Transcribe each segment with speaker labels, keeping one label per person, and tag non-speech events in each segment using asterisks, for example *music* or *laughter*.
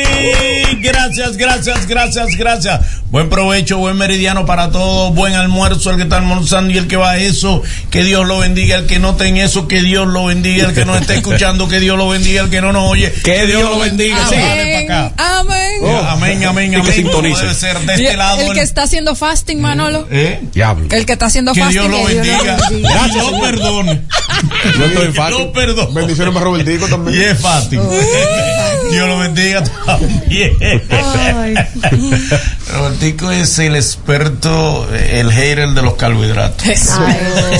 Speaker 1: Gracias, gracias, gracias, gracias. Buen provecho, buen meridiano para todos, buen almuerzo el que está almorzando y el que va a eso, que Dios lo bendiga, el que no está en eso, que Dios lo bendiga, el que no está escuchando, que Dios lo bendiga, el que no nos oye, que, Dios, lo bendiga.
Speaker 2: Ah,
Speaker 1: Sí, dale
Speaker 3: Amén.
Speaker 1: para acá.
Speaker 3: Amén.
Speaker 1: Eh, amén, amén,
Speaker 2: Y que
Speaker 1: amén. Como
Speaker 2: sintonice.
Speaker 1: debe ser de
Speaker 3: Y
Speaker 1: este
Speaker 3: el-
Speaker 1: lado.
Speaker 3: el que está haciendo fasting, Manolo.
Speaker 1: ¿Eh?
Speaker 2: Diablo.
Speaker 3: El que está haciendo
Speaker 1: Que
Speaker 3: fasting.
Speaker 1: Dios lo
Speaker 3: que Dios
Speaker 1: bendiga. *laughs* Y
Speaker 2: Gracias,
Speaker 1: lo
Speaker 2: señor.
Speaker 1: perdone.
Speaker 2: Yo estoy en
Speaker 1: Que Lo perdone.
Speaker 2: Bendiciones para Robertico
Speaker 1: Y
Speaker 2: también.
Speaker 1: es fácil. Dios lo bendiga también. Robertico es el experto, eh, el hater de los carbohidratos.
Speaker 3: Jesús.
Speaker 1: *laughs*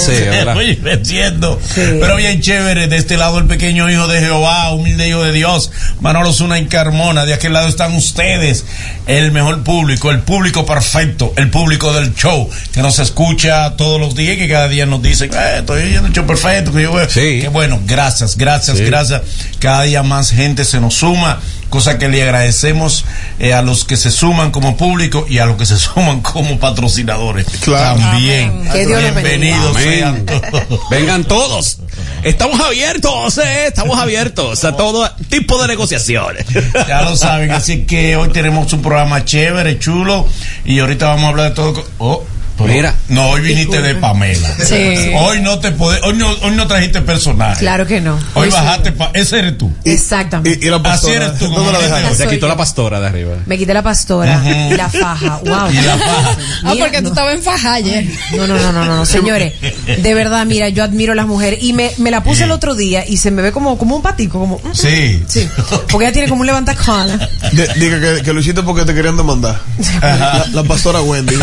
Speaker 2: Sí, ¿verdad?
Speaker 1: Oye, me entiendo. Pero bien chévere, de este lado el pequeño hijo de Jehová, humilde hijo de Dios, Manolo Zuna y Carmona, de aquel lado están ustedes, el mejor público, el público perfecto, el público del show, que nos escucha todos los días y que cada día nos dicen, "Eh, estoy oyendo el show perfecto, que yo veo.
Speaker 2: Sí.
Speaker 1: Qué bueno, gracias, gracias, gracias. Cada día más gente se nos suma, cosa que le agradecemos eh, a los que se suman como público y a los que se *laughs* suman como patrocinadores.
Speaker 2: Claro.
Speaker 1: También.
Speaker 3: Que Dios los
Speaker 1: Bienvenidos sean
Speaker 2: Amén.
Speaker 1: todos.
Speaker 2: Vengan todos. Estamos abiertos, eh, estamos abiertos a todo tipo de negociaciones.
Speaker 1: *laughs* Ya lo saben, así que hoy tenemos un programa chévere, chulo, y ahorita vamos a hablar de todo. co- Oh, pero-
Speaker 2: Mira.
Speaker 1: No, hoy viniste de Pamela.
Speaker 3: Sí.
Speaker 1: Hoy no te pode- hoy no, hoy no trajiste personaje.
Speaker 4: Claro que no.
Speaker 1: Hoy bajaste, pa- ese eres tú.
Speaker 4: Exactamente.
Speaker 2: Y, la
Speaker 1: pastora, Así eres tú, ¿dónde como la
Speaker 4: *laughs*
Speaker 1: dijiste dejaste? hoy?
Speaker 2: Se
Speaker 4: Soy
Speaker 2: quitó
Speaker 4: yo.
Speaker 2: la pastora de arriba.
Speaker 4: Me quité la pastora
Speaker 1: Ujú.
Speaker 4: y la faja.
Speaker 1: *laughs*
Speaker 4: Wow.
Speaker 1: Y la faja.
Speaker 3: Ah,
Speaker 4: Mira,
Speaker 3: porque tú
Speaker 4: no.
Speaker 3: estabas en faja ayer.
Speaker 4: No, no, no, no, no, no, señores. De verdad, mira, yo admiro a las mujeres. Y me, me la puse el otro día y se me ve como, como un patico, como. mm, mm,
Speaker 1: Sí. *laughs*
Speaker 4: Sí. Porque ella tiene como un levantacana.
Speaker 2: Dije que, lo hiciste porque te querían demandar.
Speaker 1: Ajá.
Speaker 2: La, pastora Wendy.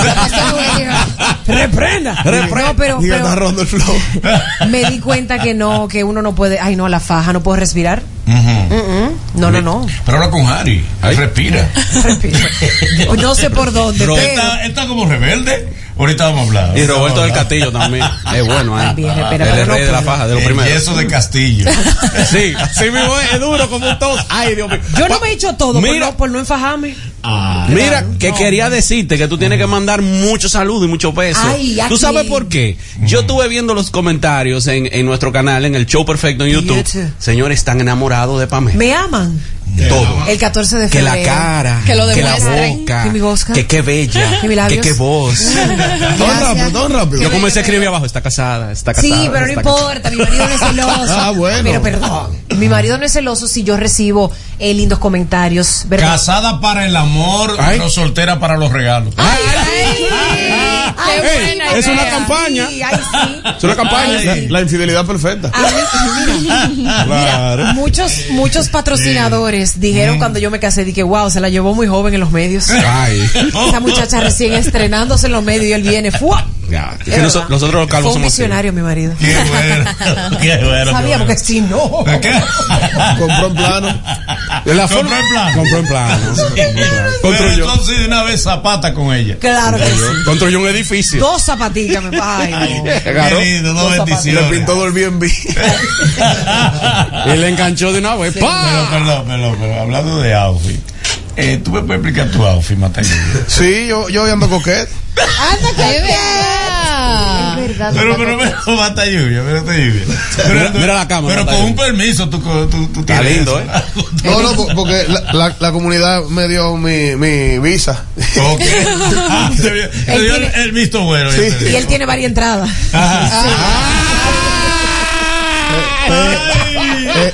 Speaker 4: Reprenda. No, pero, pero
Speaker 2: rodando el flow.
Speaker 4: me di cuenta que no, que uno no puede. Ay, no, la faja, no puedo respirar.
Speaker 1: Ujú.
Speaker 4: Mm, No, no, no.
Speaker 1: Pero habla con Harry.
Speaker 4: *laughs*
Speaker 2: Ay.
Speaker 1: Respira.
Speaker 4: Respiro. No sé por dónde,
Speaker 1: Pero
Speaker 4: pero.
Speaker 1: está, está como rebelde. Ahorita vamos a hablar.
Speaker 2: Y Roberto del
Speaker 1: *laughs*
Speaker 2: Castillo también. Es bueno, eh.
Speaker 4: También, espera,
Speaker 2: El
Speaker 4: pero no
Speaker 2: rey de la
Speaker 4: puedo.
Speaker 2: faja, de lo
Speaker 1: Eh, Y
Speaker 2: primero.
Speaker 1: eso
Speaker 4: *laughs*
Speaker 1: de Castillo.
Speaker 2: Sí, sí mismo es, es duro como un tos. Ay, Dios mío. Pues,
Speaker 4: Yo no pues, me he hecho todo por
Speaker 2: Mira.
Speaker 4: no, por no enfajarme.
Speaker 1: Ah.
Speaker 2: Mira, que
Speaker 4: pues.
Speaker 2: quería decirte que tú tienes que mandar mucho saludo y mucho peso.
Speaker 4: Ay, ¿a
Speaker 2: ¿Tú sabes
Speaker 4: quién?
Speaker 2: por qué? Yo estuve viendo los comentarios en, en nuestro canal, en el show perfecto en YouTube.
Speaker 4: Fíjate.
Speaker 2: Señores, están enamorados de Pamela.
Speaker 4: Me aman.
Speaker 2: Todo.
Speaker 4: El 14 de
Speaker 2: Que
Speaker 4: febrero.
Speaker 2: la cara, que,
Speaker 3: Que lo
Speaker 2: la
Speaker 3: demuestren.
Speaker 2: boca,
Speaker 4: Que mi boca.
Speaker 2: que qué
Speaker 4: *laughs*
Speaker 2: bella,
Speaker 4: Que mis
Speaker 2: que
Speaker 4: labios.
Speaker 2: qué voz.
Speaker 4: *laughs*
Speaker 5: Don rápido, don rápido.
Speaker 2: Yo comencé a escribir abajo, está casada, está casada.
Speaker 4: Sí, pero no
Speaker 2: está casada.
Speaker 4: importa, mi marido no es celoso.
Speaker 5: Ah, bueno.
Speaker 4: Pero perdón, mi marido no es celoso si yo recibo eh, lindos comentarios, ¿verdad?
Speaker 1: Casada para el amor,
Speaker 2: Ay. Ah,
Speaker 1: pero soltera para los regalos.
Speaker 3: Ay, ay,
Speaker 4: Ay,
Speaker 3: qué
Speaker 4: ey,
Speaker 3: buena
Speaker 5: es
Speaker 3: idea.
Speaker 5: una campaña.
Speaker 4: Sí, ay, sí.
Speaker 5: Es una campaña. La,
Speaker 1: Ay.
Speaker 5: la infidelidad perfecta.
Speaker 4: A mí- mira,
Speaker 5: Claro.
Speaker 4: mira, muchos, muchos patrocinadores dijeron cuando yo me casé, dije, wow, se la llevó muy joven en los medios.
Speaker 2: Ay.
Speaker 4: Esa muchacha recién estrenándose en los medios y él viene, ¡fua!
Speaker 2: Ya, que
Speaker 4: Es
Speaker 2: noso-
Speaker 4: verdad.
Speaker 2: nosotros
Speaker 4: Fue
Speaker 2: los calvos
Speaker 4: un
Speaker 2: somos así.
Speaker 4: visionario, mi marido.
Speaker 1: Qué bueno. Qué bueno.
Speaker 4: Sabía,
Speaker 1: qué
Speaker 4: porque si
Speaker 1: *laughs*
Speaker 4: no.
Speaker 1: bueno. ¿Qué?
Speaker 5: Compró en plano.
Speaker 2: La
Speaker 1: Compró
Speaker 2: forma-
Speaker 1: en plano.
Speaker 2: Compró en plano.
Speaker 1: Pero
Speaker 2: Construyó.
Speaker 1: entonces de una vez zapata con ella.
Speaker 4: Claro que sí.
Speaker 2: Construyó un edificio.
Speaker 4: Dos zapatillas me ay, no.
Speaker 2: Agarró,
Speaker 1: Qué lindo, dos
Speaker 4: dos
Speaker 1: bendiciones.
Speaker 5: Le pintó el bien
Speaker 2: Y le enganchó de una vez. ¡Pah!
Speaker 1: *laughs* Pero, perdón, perdón, pero hablando de outfit. Eh, ¿Tú me puedes explicar tu outfit, Mateo?
Speaker 5: Sí, yo, yo hoy ando coquete.
Speaker 3: Anda, qué vea.
Speaker 1: Pero, pero, pero, bata lluvia, pero está lluvia. Pero,
Speaker 2: Mira-
Speaker 1: tú-
Speaker 2: mira la cámara,
Speaker 1: Pero
Speaker 2: bata
Speaker 1: con un
Speaker 2: lluvia.
Speaker 1: permiso, tú, co- tú, tú
Speaker 2: Está
Speaker 1: tienes
Speaker 2: lindo,
Speaker 1: eso. *laughs*
Speaker 2: ¿eh?
Speaker 5: No, no, po- porque la, la- la comunidad me dio mi, mi visa.
Speaker 1: Ok. Ah, te vio- te
Speaker 4: Él
Speaker 1: dio el,
Speaker 4: tiene-
Speaker 1: el visto bueno. ya te
Speaker 4: Y
Speaker 1: digo.
Speaker 4: él tiene varias entradas.
Speaker 1: Ay.
Speaker 5: Eh,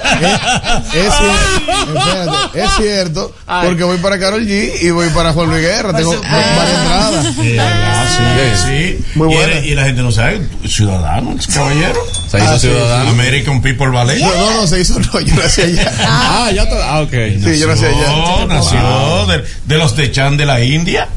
Speaker 5: eh, es cierto, espérate, es cierto, porque voy para Carol G y voy para Juan Luis Guerra. Tengo va- varias entradas.
Speaker 1: Sí, sí, sí.
Speaker 5: Muy
Speaker 1: y,
Speaker 5: buena.
Speaker 1: era- y la gente no sabe, ciudadanos, caballero.
Speaker 2: Se
Speaker 5: Ah,
Speaker 2: hizo ciudadano.
Speaker 1: American People Ballet.
Speaker 5: No, no, no, se hizo no, yo nací allá.
Speaker 2: Ah, ya está. Ah, ok.
Speaker 5: Sí, yo nací allá.
Speaker 1: No, nació de, de los de Chan de la India.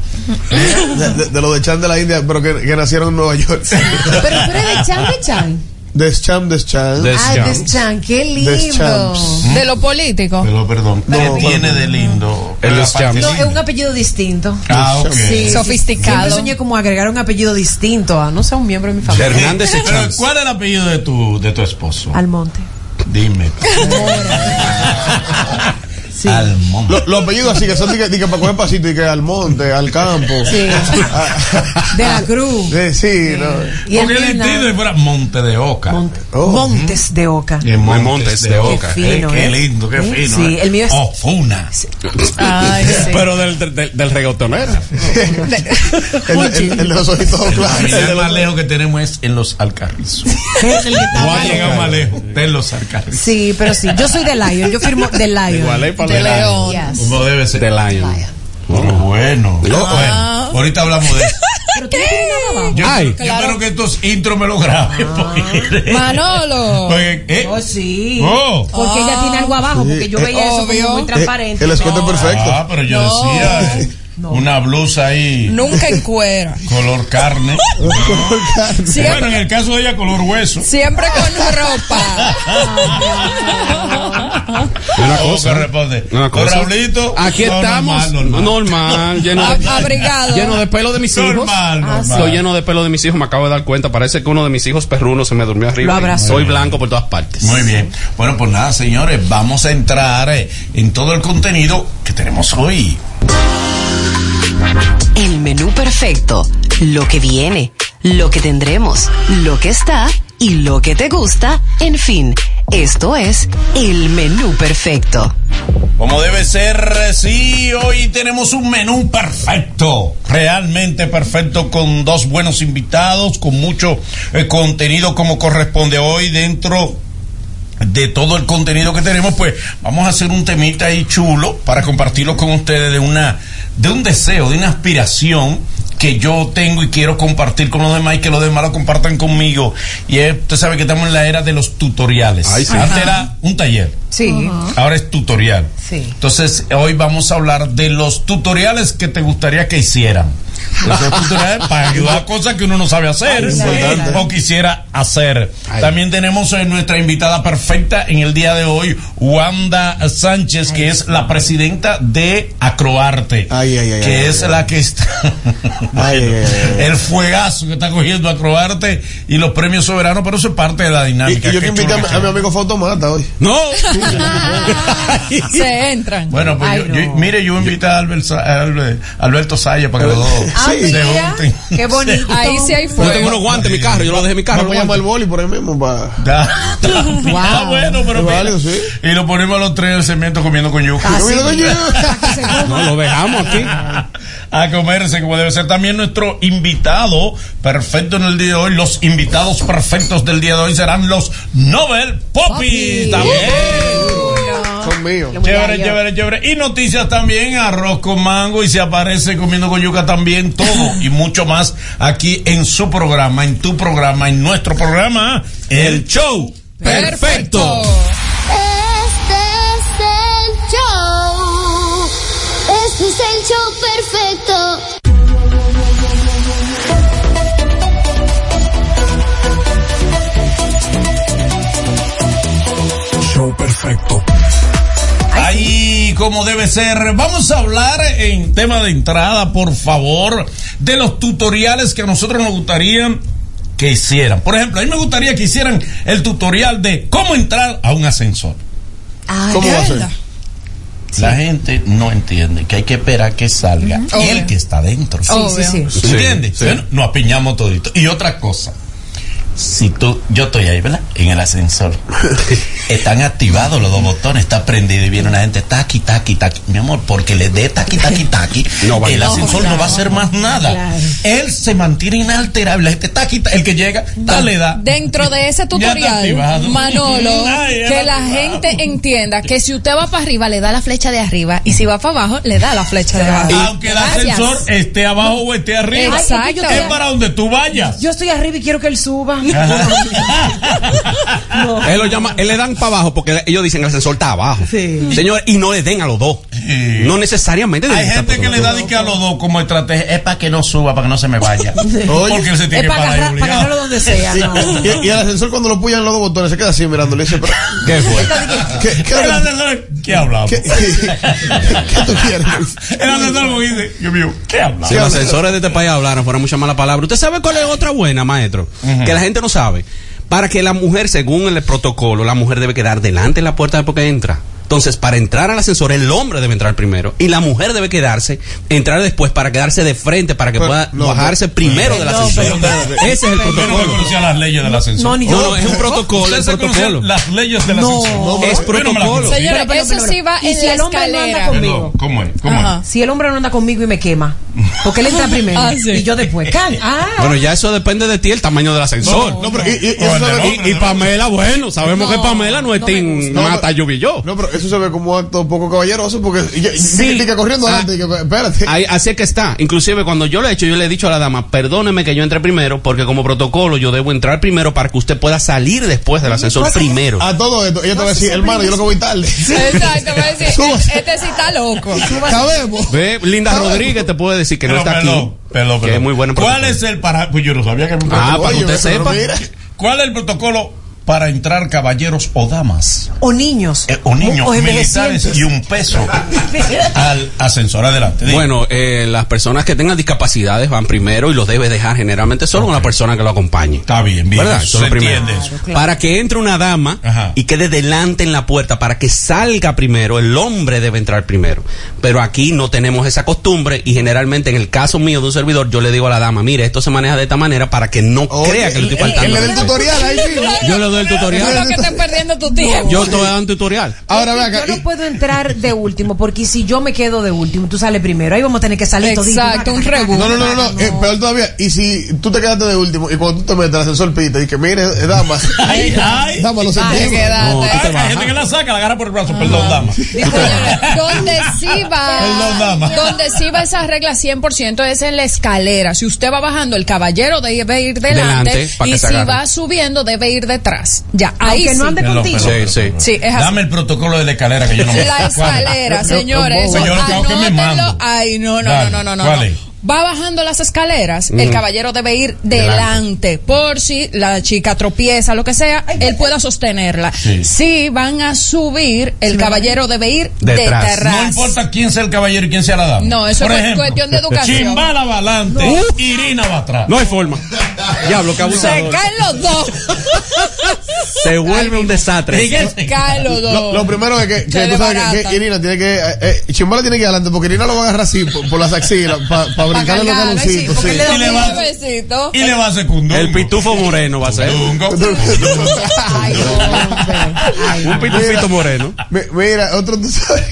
Speaker 5: De, de- de los de Chan de la India, pero que, que nacieron en Nueva York.
Speaker 4: *laughs* Pero tú eres de Chan, de Chan.
Speaker 5: Deschamps, Deschamps.
Speaker 2: Des-
Speaker 4: Ay,
Speaker 2: Champs.
Speaker 4: Ah, de Chan, qué lindo.
Speaker 5: Deschamps.
Speaker 3: De lo político.
Speaker 1: Pero perdón, ¿qué
Speaker 5: Oh. No,
Speaker 1: tiene
Speaker 5: perdón.
Speaker 1: de lindo?
Speaker 2: En
Speaker 1: La
Speaker 2: los
Speaker 1: parte
Speaker 2: Champs.
Speaker 4: No, es un
Speaker 1: linda.
Speaker 4: apellido distinto.
Speaker 1: Ah, ok.
Speaker 4: Sí. Siempre
Speaker 3: Sofisticado.
Speaker 4: soñé como agregar un apellido distinto a, no sé, un miembro de Ah. mi familia.
Speaker 2: Hernández y
Speaker 1: Pero,
Speaker 2: Chance.
Speaker 1: ¿Cuál es el apellido de tu, de tu esposo?
Speaker 4: Almonte.
Speaker 1: Dime. Almond.
Speaker 5: Lo- Los apellidos así que son de que, de que para coger pasito y que al monte, al campo.
Speaker 4: Sí.
Speaker 5: Ah,
Speaker 4: De la Cruz.
Speaker 5: Sí, sí, no.
Speaker 4: Y él
Speaker 1: Porque el
Speaker 4: tiene
Speaker 1: estilo
Speaker 4: nada.
Speaker 1: es fuera Monte de Oca.
Speaker 4: Monte-
Speaker 5: Oh.
Speaker 4: Montes de Oca.
Speaker 1: En
Speaker 2: Muy Montes de Oca.
Speaker 4: Qué fino,
Speaker 1: qué
Speaker 4: ¿eh?
Speaker 1: lindo, qué
Speaker 4: ¿Eh?
Speaker 1: fino.
Speaker 4: Sí,
Speaker 1: ¿eh?
Speaker 4: el mío es-
Speaker 1: Ofuna.
Speaker 3: Ay, sí.
Speaker 2: Pero del, del, del reggaetonero.
Speaker 5: El, *laughs* el- el de los ojitos claros.
Speaker 1: El más lejos que tenemos es en los Alcarrizos.
Speaker 4: *laughs*
Speaker 1: No ha llegado más lejos de los Alcarrizos.
Speaker 4: Sí, pero sí. Yo soy de Lion. Yo firmo
Speaker 1: *laughs*
Speaker 4: de Lion.
Speaker 2: Igual para
Speaker 3: De León.
Speaker 4: Yes.
Speaker 1: Como debe ser.
Speaker 2: Del año.
Speaker 1: Pero bueno.
Speaker 4: Ah.
Speaker 1: Bueno, ahorita hablamos de eso.
Speaker 4: Pero tú no tienes nada abajo.
Speaker 1: Yo,
Speaker 2: Ay.
Speaker 1: yo espero que estos intros me lo graben.
Speaker 4: Ah.
Speaker 1: Porque,
Speaker 3: Manolo.
Speaker 1: porque- ¿eh?
Speaker 4: Oh, sí.
Speaker 1: Oh.
Speaker 4: Porque ella tiene algo abajo. Porque yo veía eso
Speaker 3: Obvio.
Speaker 4: como muy transparente.
Speaker 5: El escote perfecto.
Speaker 1: Ah, pero yo
Speaker 3: No.
Speaker 1: decía eh, una blusa ahí
Speaker 3: Nunca en cuero.
Speaker 1: color carne.
Speaker 5: *laughs*
Speaker 1: bueno, en el caso de ella color hueso.
Speaker 3: Siempre con ropa.
Speaker 2: Una
Speaker 1: Oh,
Speaker 2: cosa. ¿eh?
Speaker 1: que responde.
Speaker 2: Una
Speaker 1: Con
Speaker 2: cosa.
Speaker 1: Raulito.
Speaker 2: Aquí
Speaker 1: no, normal,
Speaker 2: estamos.
Speaker 1: normal.
Speaker 2: normal, lleno, de,
Speaker 3: A- abrigado.
Speaker 2: lleno de pelo de mis hijos.
Speaker 1: Normal,
Speaker 4: Ah,
Speaker 1: normal.
Speaker 2: Estoy lleno de pelo de mis hijos, me acabo de dar cuenta. Parece que uno de mis hijos perrunos se me durmió arriba.
Speaker 4: Lo abrazó.
Speaker 2: Soy blanco por todas partes.
Speaker 1: Muy bien. Bueno, pues nada, señores, vamos a entrar eh, en todo el contenido que tenemos hoy.
Speaker 6: El menú perfecto. Lo que viene, lo que tendremos, lo que está y lo que te gusta. En fin, esto es el menú perfecto.
Speaker 1: Como debe ser, eh, sí, hoy tenemos un menú perfecto, realmente perfecto, con dos buenos invitados, con mucho eh, contenido como corresponde hoy dentro de todo el contenido que tenemos, pues vamos a hacer un temita ahí chulo para compartirlo con ustedes de una de un deseo, de una aspiración que yo tengo y quiero compartir con los demás y que los demás lo compartan conmigo. Y es- usted sabe que estamos en la era de los tutoriales. Antes era un taller.
Speaker 4: Sí.
Speaker 1: Ahora es tutorial.
Speaker 4: Sí.
Speaker 1: Entonces, hoy vamos a hablar de los tutoriales que te gustaría que hicieran.
Speaker 5: *laughs*
Speaker 1: Eso es cultura, para ayudar a cosas que uno no sabe hacer
Speaker 2: Ay, importante.
Speaker 1: o quisiera hacer. También tenemos eh, nuestra invitada perfecta en el día de hoy, Wanda Sánchez, que es la presidenta de Acroarte, que
Speaker 5: ay,
Speaker 1: es
Speaker 5: *laughs* ay.
Speaker 1: la que está *laughs* el fuegazo que está cogiendo Acroarte y los premios soberanos, pero eso es parte de la
Speaker 5: Y, y
Speaker 1: dinámica.
Speaker 5: yo
Speaker 1: Qué
Speaker 5: que invité
Speaker 1: chulo
Speaker 5: a, mi-
Speaker 1: que
Speaker 5: a mi amigo Fotomata hoy.
Speaker 4: *laughs*
Speaker 1: ¡No!
Speaker 3: Se entran.
Speaker 1: Bueno, pues yo, yo- mire, yo invito a Albert Sa- a Albert- Alberto Saya para que los dos
Speaker 4: Ah,
Speaker 1: se
Speaker 4: mira,
Speaker 1: junten. *laughs*
Speaker 4: qué bonito.
Speaker 3: Ahí sí hay fuego.
Speaker 2: unos guantes en mi carro, yo los dejé en mi carro.
Speaker 5: Vamos a llamar al boli por ahí mismo. Pa.
Speaker 2: *laughs*
Speaker 1: Está, está- está bueno, pero mira.
Speaker 5: Válido, sí.
Speaker 1: Y lo ponemos a los tres del cemento comiendo con yuca.
Speaker 4: Así,
Speaker 5: Yo voy a-
Speaker 4: *laughs* para que se coma.
Speaker 2: Ah. lo dejamos aquí.
Speaker 1: A comerse, como debe ser también nuestro invitado perfecto en el día de hoy. Los invitados perfectos del día de hoy serán los Nobel Poppy.
Speaker 4: Popis.
Speaker 1: También.
Speaker 2: Uh.
Speaker 5: Son míos.
Speaker 4: Lo voy a
Speaker 1: Chévere,
Speaker 4: yo.
Speaker 1: chévere, chévere. Y noticias también, arroz con mango y se aparece comiendo con yuca también, todo y mucho más aquí en su programa, en tu programa, en nuestro programa, El Show Perfecto.
Speaker 7: Este es el show. Este es el show perfecto.
Speaker 8: Show perfecto.
Speaker 1: Ahí como debe ser. Vamos a hablar en tema de entrada, por favor, de los tutoriales que a nosotros nos gustaría que hicieran. Por ejemplo, a mí me gustaría que hicieran el tutorial de cómo entrar a un ascensor.
Speaker 4: Ay,
Speaker 5: ¿Cómo va a ser?
Speaker 4: anda.
Speaker 1: La gente no entiende que hay que esperar que salga
Speaker 3: Obvio.
Speaker 1: el que está dentro.
Speaker 4: Sí, sí, sí.
Speaker 1: ¿Se entiende? Bueno, nos apiñamos todito. Y otra cosa. Si tú, yo estoy ahí, ¿verdad? En el ascensor. Están activados los dos botones, está prendido y viene una gente taqui, taqui, taqui. Mi amor, porque le dé taqui, taqui, taqui, el ascensor no va a hacer más nada.
Speaker 4: Claro.
Speaker 1: Él se mantiene inalterable. La gente taqui, taqui, el que llega, dale, da.
Speaker 3: Dentro de ese
Speaker 1: Ya está
Speaker 3: tutorial,
Speaker 1: activado.
Speaker 3: Manolo,
Speaker 1: *laughs* Ay, ya
Speaker 3: que
Speaker 1: está
Speaker 3: la
Speaker 1: activado.
Speaker 3: gente entienda que si usted va para arriba, le da la flecha de arriba y si va para abajo, le da la flecha de abajo.
Speaker 1: Aunque el
Speaker 3: Gracias.
Speaker 1: ascensor esté abajo o esté arriba,
Speaker 3: Exacto.
Speaker 1: es para donde tú vayas.
Speaker 4: Yo estoy arriba y quiero que él
Speaker 1: *laughs*
Speaker 4: suba. No.
Speaker 2: *laughs* Él lo llama, él le dan para abajo porque ellos dicen el ascensor está abajo.
Speaker 4: Sí.
Speaker 2: Señor, y no le den a los dos.
Speaker 1: Sí.
Speaker 2: No necesariamente.
Speaker 1: Hay
Speaker 2: deben estar
Speaker 1: gente que
Speaker 2: todos
Speaker 1: le da
Speaker 2: los
Speaker 1: dique a los dos como estrategia. Es para que no suba, para que no se me
Speaker 2: *laughs*
Speaker 1: vaya. Porque él se tiene
Speaker 4: Es
Speaker 1: que
Speaker 4: para
Speaker 1: parar ahí
Speaker 4: agarrar, para
Speaker 1: obligado.
Speaker 4: agarrarlo donde
Speaker 1: *laughs*
Speaker 4: sea.
Speaker 5: Y,
Speaker 4: No.
Speaker 5: y- y el ascensor cuando lo puyan los dos botones se queda así mirándole y dice, pero,
Speaker 2: dos. ¿Qué fue?
Speaker 5: ¿qué, qué,
Speaker 1: Era de- ¿Qué *laughs* hablamos?
Speaker 5: qué- *laughs* qué- qué tú
Speaker 1: *laughs*
Speaker 5: quieres?
Speaker 1: Era de tal como dice, Dios mío, ¿qué hablamos?
Speaker 2: Si los ascensores de este país hablaran, fuera mucha mala palabra. ¿Usted sabe cuál es otra buena, maestro? Que la gente no sabe. Para que la mujer, según el protocolo, la mujer debe quedar delante de la puerta después que entra. Entonces, para entrar al ascensor, el hombre debe entrar primero. Y la mujer debe quedarse, entrar después para quedarse de frente, para que
Speaker 5: Pero,
Speaker 2: pueda
Speaker 5: no,
Speaker 2: bajarse
Speaker 5: pero-
Speaker 2: primero del
Speaker 4: pero-
Speaker 2: ascensor.
Speaker 4: pero-
Speaker 2: Ese es el
Speaker 1: Yo no
Speaker 2: protocolo.
Speaker 1: me conocía las leyes del ascensor.
Speaker 4: No, ni yo.
Speaker 2: No,
Speaker 1: eh.
Speaker 2: no, es un protocolo,
Speaker 1: ¿Ustedes
Speaker 2: es
Speaker 1: se
Speaker 2: un protocolo.
Speaker 1: conocen las leyes del
Speaker 4: No. No,
Speaker 1: ascensor?
Speaker 2: es
Speaker 1: Yo no me las
Speaker 2: protocolo.
Speaker 1: conocí.
Speaker 3: Señores,
Speaker 4: Pero, pero,
Speaker 3: eso
Speaker 4: pero,
Speaker 3: sí va
Speaker 4: ¿y
Speaker 3: en
Speaker 4: si
Speaker 3: la
Speaker 4: el hombre no anda
Speaker 3: escalera.
Speaker 1: Perdón,
Speaker 4: conmigo?
Speaker 1: ¿Cómo es? ¿Cómo
Speaker 3: Ajá.
Speaker 4: Si el hombre no anda conmigo y me quema, porque él entra primero
Speaker 3: Ah, sí.
Speaker 4: y yo después. Can- Ah,
Speaker 2: Bueno, ya eso depende de ti, el tamaño del ascensor.
Speaker 5: No, pero, y, y- y
Speaker 1: No,
Speaker 5: eso se
Speaker 1: no,
Speaker 5: ve-
Speaker 1: no.
Speaker 2: Y, y Pamela, bueno, sabemos que Pamela no es Team
Speaker 5: No,
Speaker 2: Mata
Speaker 5: pero-
Speaker 2: Lluvillo.
Speaker 5: no, pero eso se ve como un acto poco caballeroso porque y- y-
Speaker 2: Sí.
Speaker 5: y- y que corriendo
Speaker 2: Ah.
Speaker 5: adelante y que, espérate.
Speaker 2: Ahí- así es que está. Inclusive cuando yo lo he hecho, yo le he dicho a la dama, perdóneme que yo entre primero, porque como protocolo yo debo entrar primero para que usted pueda salir después del ascensor primero.
Speaker 5: A todo esto, ella te va a decir, hermano, yo lo que voy tarde.
Speaker 3: Exacto, voy a
Speaker 1: *laughs*
Speaker 5: *laughs*
Speaker 3: decir,
Speaker 5: Subas.
Speaker 3: este sí está loco.
Speaker 4: pues,
Speaker 5: Sabemos.
Speaker 2: Ve, Linda Rodríguez te puede decir que no
Speaker 1: Pero,
Speaker 2: está aquí.
Speaker 1: perdón, perdón,
Speaker 2: Que es
Speaker 1: perdón.
Speaker 2: muy bueno.
Speaker 1: ¿Cuál es el para? Pues yo no sabía que era un
Speaker 2: Ah,
Speaker 1: protocolo.
Speaker 2: para que
Speaker 5: Oye,
Speaker 2: usted
Speaker 5: pero
Speaker 2: sepa.
Speaker 5: mira.
Speaker 1: ¿Cuál es el protocolo para entrar caballeros o damas?
Speaker 4: o niños.
Speaker 1: Eh, o niños,
Speaker 4: O envejecientes.
Speaker 1: militares y un peso *laughs* al ascensor. Adelante. diga.
Speaker 2: Bueno, eh, las personas que tengan discapacidades van primero y los debe dejar generalmente solo una persona que lo acompañe.
Speaker 1: Está bien, bien.
Speaker 2: ¿Verdad?
Speaker 1: Eso
Speaker 2: Eso es
Speaker 1: se
Speaker 2: lo primero.
Speaker 1: entiende eso.
Speaker 2: Para que entre una dama
Speaker 1: Ajá.
Speaker 2: y quede delante en la puerta, para que salga primero, el hombre debe entrar primero. Pero aquí no tenemos esa costumbre y generalmente en el caso mío de un servidor, yo le digo a la dama, mire, esto se maneja de esta manera para que no
Speaker 5: Oye,
Speaker 2: crea que le estoy
Speaker 5: él- él-
Speaker 2: faltando.
Speaker 5: él le da el tutorial ahí sí.
Speaker 2: yo le doy el
Speaker 3: Creo
Speaker 2: tutorial.
Speaker 3: que estás perdiendo tu tiempo.
Speaker 2: Yo te voy a dar un tutorial.
Speaker 5: Ahora ve
Speaker 4: Es que
Speaker 5: acá.
Speaker 4: Yo
Speaker 5: y-
Speaker 4: no puedo entrar de último, porque si yo me quedo de último, tú sales primero. Ahí vamos a tener que salir todito.
Speaker 3: Exacto, un
Speaker 4: Taca, taca,
Speaker 3: rebú.
Speaker 5: No, no, no, no, no. eh, peor todavía. Y si tú te quedaste de último y cuando tú te metes al ascensor pita y que mire, eh,
Speaker 2: *laughs*
Speaker 5: dama,
Speaker 1: Ay, ay.
Speaker 5: dama, lo
Speaker 3: Ay,
Speaker 5: sentimos.
Speaker 4: Ah,
Speaker 3: quédate.
Speaker 2: No, tú te
Speaker 1: Ay, hay
Speaker 2: bajas.
Speaker 1: gente que la saca, la agarra por el brazo. Perdón, dama.
Speaker 5: Eh,
Speaker 3: Señores, donde sí
Speaker 1: Perdón, dama.
Speaker 3: va, donde sí va esa regla 100% es en la escalera. Si usted va bajando, el caballero debe ir delante,
Speaker 2: Delante, para que
Speaker 3: y
Speaker 2: se
Speaker 3: si
Speaker 2: agarre.
Speaker 3: va subiendo, debe ir detrás. Ya, ahí
Speaker 4: Aunque
Speaker 3: sí.
Speaker 4: no ande
Speaker 1: Perdón,
Speaker 4: contigo.
Speaker 1: perdón.
Speaker 2: Sí, sí.
Speaker 3: Sí, es así.
Speaker 1: Dame el protocolo de la escalera que yo no me
Speaker 3: La escalera, señores.
Speaker 1: Yo
Speaker 3: Eso,
Speaker 1: lo que hago es que me
Speaker 3: anótenlo.
Speaker 1: mando.
Speaker 3: Ay, no, no,
Speaker 1: Dale,
Speaker 3: no, no, no, no.
Speaker 1: ¿cuál es?
Speaker 3: va bajando las escaleras,
Speaker 9: Mm.
Speaker 3: el caballero debe ir delante, por si la chica tropieza, lo que sea, él pueda sostenerla.
Speaker 1: Sí.
Speaker 3: Si van a subir, el caballero debe ir detrás.
Speaker 1: No importa quién sea el caballero y quién sea la dama.
Speaker 3: No, eso
Speaker 1: Por
Speaker 3: es
Speaker 1: ejemplo,
Speaker 3: cuestión de educación.
Speaker 1: Chimbala va adelante,
Speaker 2: No.
Speaker 1: Irina va atrás.
Speaker 2: No hay forma. Diablo, que
Speaker 3: Se
Speaker 2: abusador.
Speaker 3: caen los dos.
Speaker 2: Se vuelve un desastre.
Speaker 3: Se caen los dos.
Speaker 5: Lo, lo primero es que, que
Speaker 3: Se
Speaker 5: tú sabes que- que,
Speaker 3: desbaratan.
Speaker 5: Irina tiene que. eh, eh, Chimbala tiene que ir adelante porque Irina lo va a agarrar así por, por las axilas para brincarle
Speaker 3: cargarlo, sí,
Speaker 5: los caloncitos.
Speaker 3: porque
Speaker 5: sí.
Speaker 3: le da
Speaker 5: Y le
Speaker 3: un
Speaker 5: va-
Speaker 3: besito.
Speaker 1: Y le va a secundar.
Speaker 2: El pitufo moreno va a ser.
Speaker 5: *laughs*
Speaker 2: Un pitufito moreno.
Speaker 5: Mi- Mira, otro tú
Speaker 3: *laughs*
Speaker 5: sabes.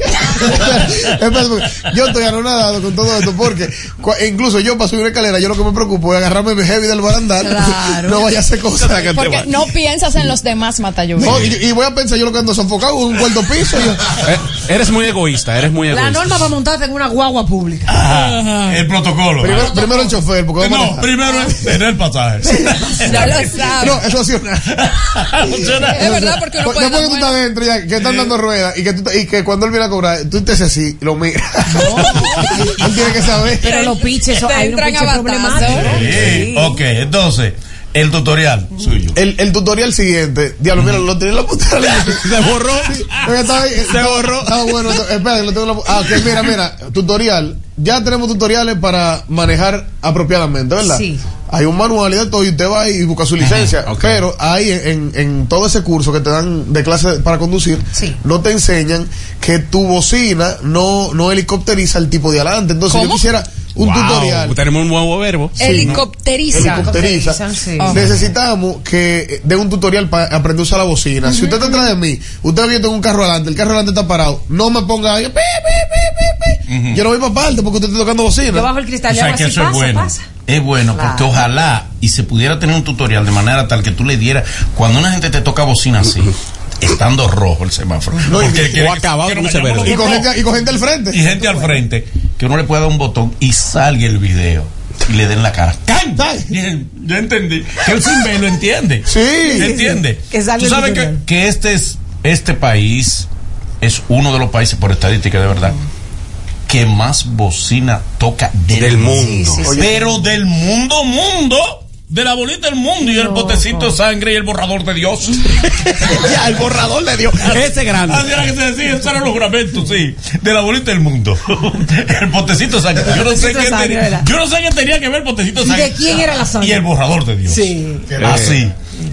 Speaker 5: Espérate, porque yo estoy anonadado con todo esto porque cua- incluso yo para subir una escalera, yo lo que me preocupo es agarrarme mi heavy del barandal.
Speaker 3: Claro.
Speaker 5: *laughs* No vaya a hacer cosas.
Speaker 3: Porque no piensas en los demás, Matayubi.
Speaker 5: No, y, y voy a pensar yo lo que ando sofocado en un cuarto piso. yo-
Speaker 2: Eh, Eres muy egoísta, eres muy
Speaker 4: La
Speaker 2: egoísta.
Speaker 4: norma para montarte en una guagua pública.
Speaker 1: Ah, El protocolo. Ah.
Speaker 5: Primero, primero el chofer, porque
Speaker 1: No,
Speaker 5: vamos a manejar.
Speaker 1: primero es tener el pasaje.
Speaker 3: Ya lo sabes.
Speaker 5: No, eso opcional.
Speaker 3: Ah, Es verdad, porque uno
Speaker 5: Pues,
Speaker 3: puede dar
Speaker 5: después que tú estás dentro ya, que están dando ruedas y que, tú, te- y que cuando él viene a cobrar, tú te haces así, lo miras. *laughs* él tiene que saber.
Speaker 4: Pero los piches, eso,
Speaker 3: Te
Speaker 4: hay un
Speaker 3: entran
Speaker 4: piche
Speaker 3: a
Speaker 4: problemático.
Speaker 3: batazo.
Speaker 1: Sí, Ok, entonces, el tutorial suyo.
Speaker 5: El, el tutorial siguiente, diablo, mira, lo tenía en la puta.
Speaker 2: *laughs* Se borró.
Speaker 5: Se borró. Ah, bueno, t- espérate, lo tengo en la pu- Ah, ok, mira, mira, tutorial. Ya tenemos tutoriales para manejar apropiadamente, ¿verdad?
Speaker 4: Sí.
Speaker 5: Hay un manual y de todo, y usted va y busca su licencia. Pero ahí, en, en todo ese curso que te dan de clase para conducir,
Speaker 4: Sí.
Speaker 5: no te enseñan que tu bocina no, no helicopteriza el tipo de adelante. Entonces, yo
Speaker 3: ¿Cómo?
Speaker 5: quisiera un
Speaker 2: Wow,
Speaker 5: tutorial.
Speaker 2: Tenemos un nuevo verbo.
Speaker 3: Helicopteriza.
Speaker 5: Helicopteriza.
Speaker 4: sí.
Speaker 5: Ajá. Necesitamos que dé un tutorial para aprender a usar la bocina. Si usted está atrás de mí, usted ve que yo tengo un carro adelante, el carro adelante está parado, no me ponga ahí, pi, pi, pi, pi, pi. yo no voy para parte porque usted está tocando
Speaker 4: Yo
Speaker 5: bocina.
Speaker 4: bajo el cristal
Speaker 1: O
Speaker 4: y
Speaker 1: sea,
Speaker 4: hago
Speaker 1: que
Speaker 4: así,
Speaker 1: eso
Speaker 4: pasa,
Speaker 1: es bueno.
Speaker 4: pasa.
Speaker 1: Es bueno porque
Speaker 4: Claro.
Speaker 1: ojalá y se pudiera tener un tutorial de manera tal que tú le dieras cuando una gente te toca bocina así, estando rojo el semáforo.
Speaker 5: No, y-
Speaker 1: porque
Speaker 5: o
Speaker 1: quiere que-
Speaker 2: acabado
Speaker 1: quiero
Speaker 2: con
Speaker 1: que
Speaker 2: ese
Speaker 1: llamo
Speaker 2: verde.
Speaker 5: Y
Speaker 1: los
Speaker 5: con, este
Speaker 1: dos.
Speaker 5: gente, y con gente al
Speaker 1: y
Speaker 5: frente.
Speaker 1: gente al frente que uno le pueda dar un botón y salga el video y le den la cara. ¡Canta! Yo entendí. Que el Simbe lo entiende.
Speaker 5: Sí.
Speaker 1: ¿Entiende?
Speaker 4: Que salga
Speaker 1: Tú
Speaker 4: el
Speaker 1: sabes que,
Speaker 4: video.
Speaker 1: que este es este país es uno de los países por estadística de verdad que más bocina toca del,
Speaker 2: Del mundo.
Speaker 1: mundo. Pero del mundo, mundo. De la bolita del mundo y el botecito de sangre y el borrador de Dios.
Speaker 2: *laughs* Ya, el borrador de Dios. Ese
Speaker 1: Así
Speaker 2: grande.
Speaker 1: era Ah, que se decía, esos eran los juramentos, sí, de la bolita del mundo. *laughs* El potecito de sangre. Yo no sé
Speaker 4: Potecito de
Speaker 1: qué
Speaker 4: sangre,
Speaker 1: tenía,
Speaker 4: ¿verdad?
Speaker 1: yo no sé qué tenía que ver el potecito de
Speaker 4: ¿Y de
Speaker 1: sangre.
Speaker 4: quién era la sangre?
Speaker 1: Y el borrador de Dios.
Speaker 4: Sí.
Speaker 1: Así.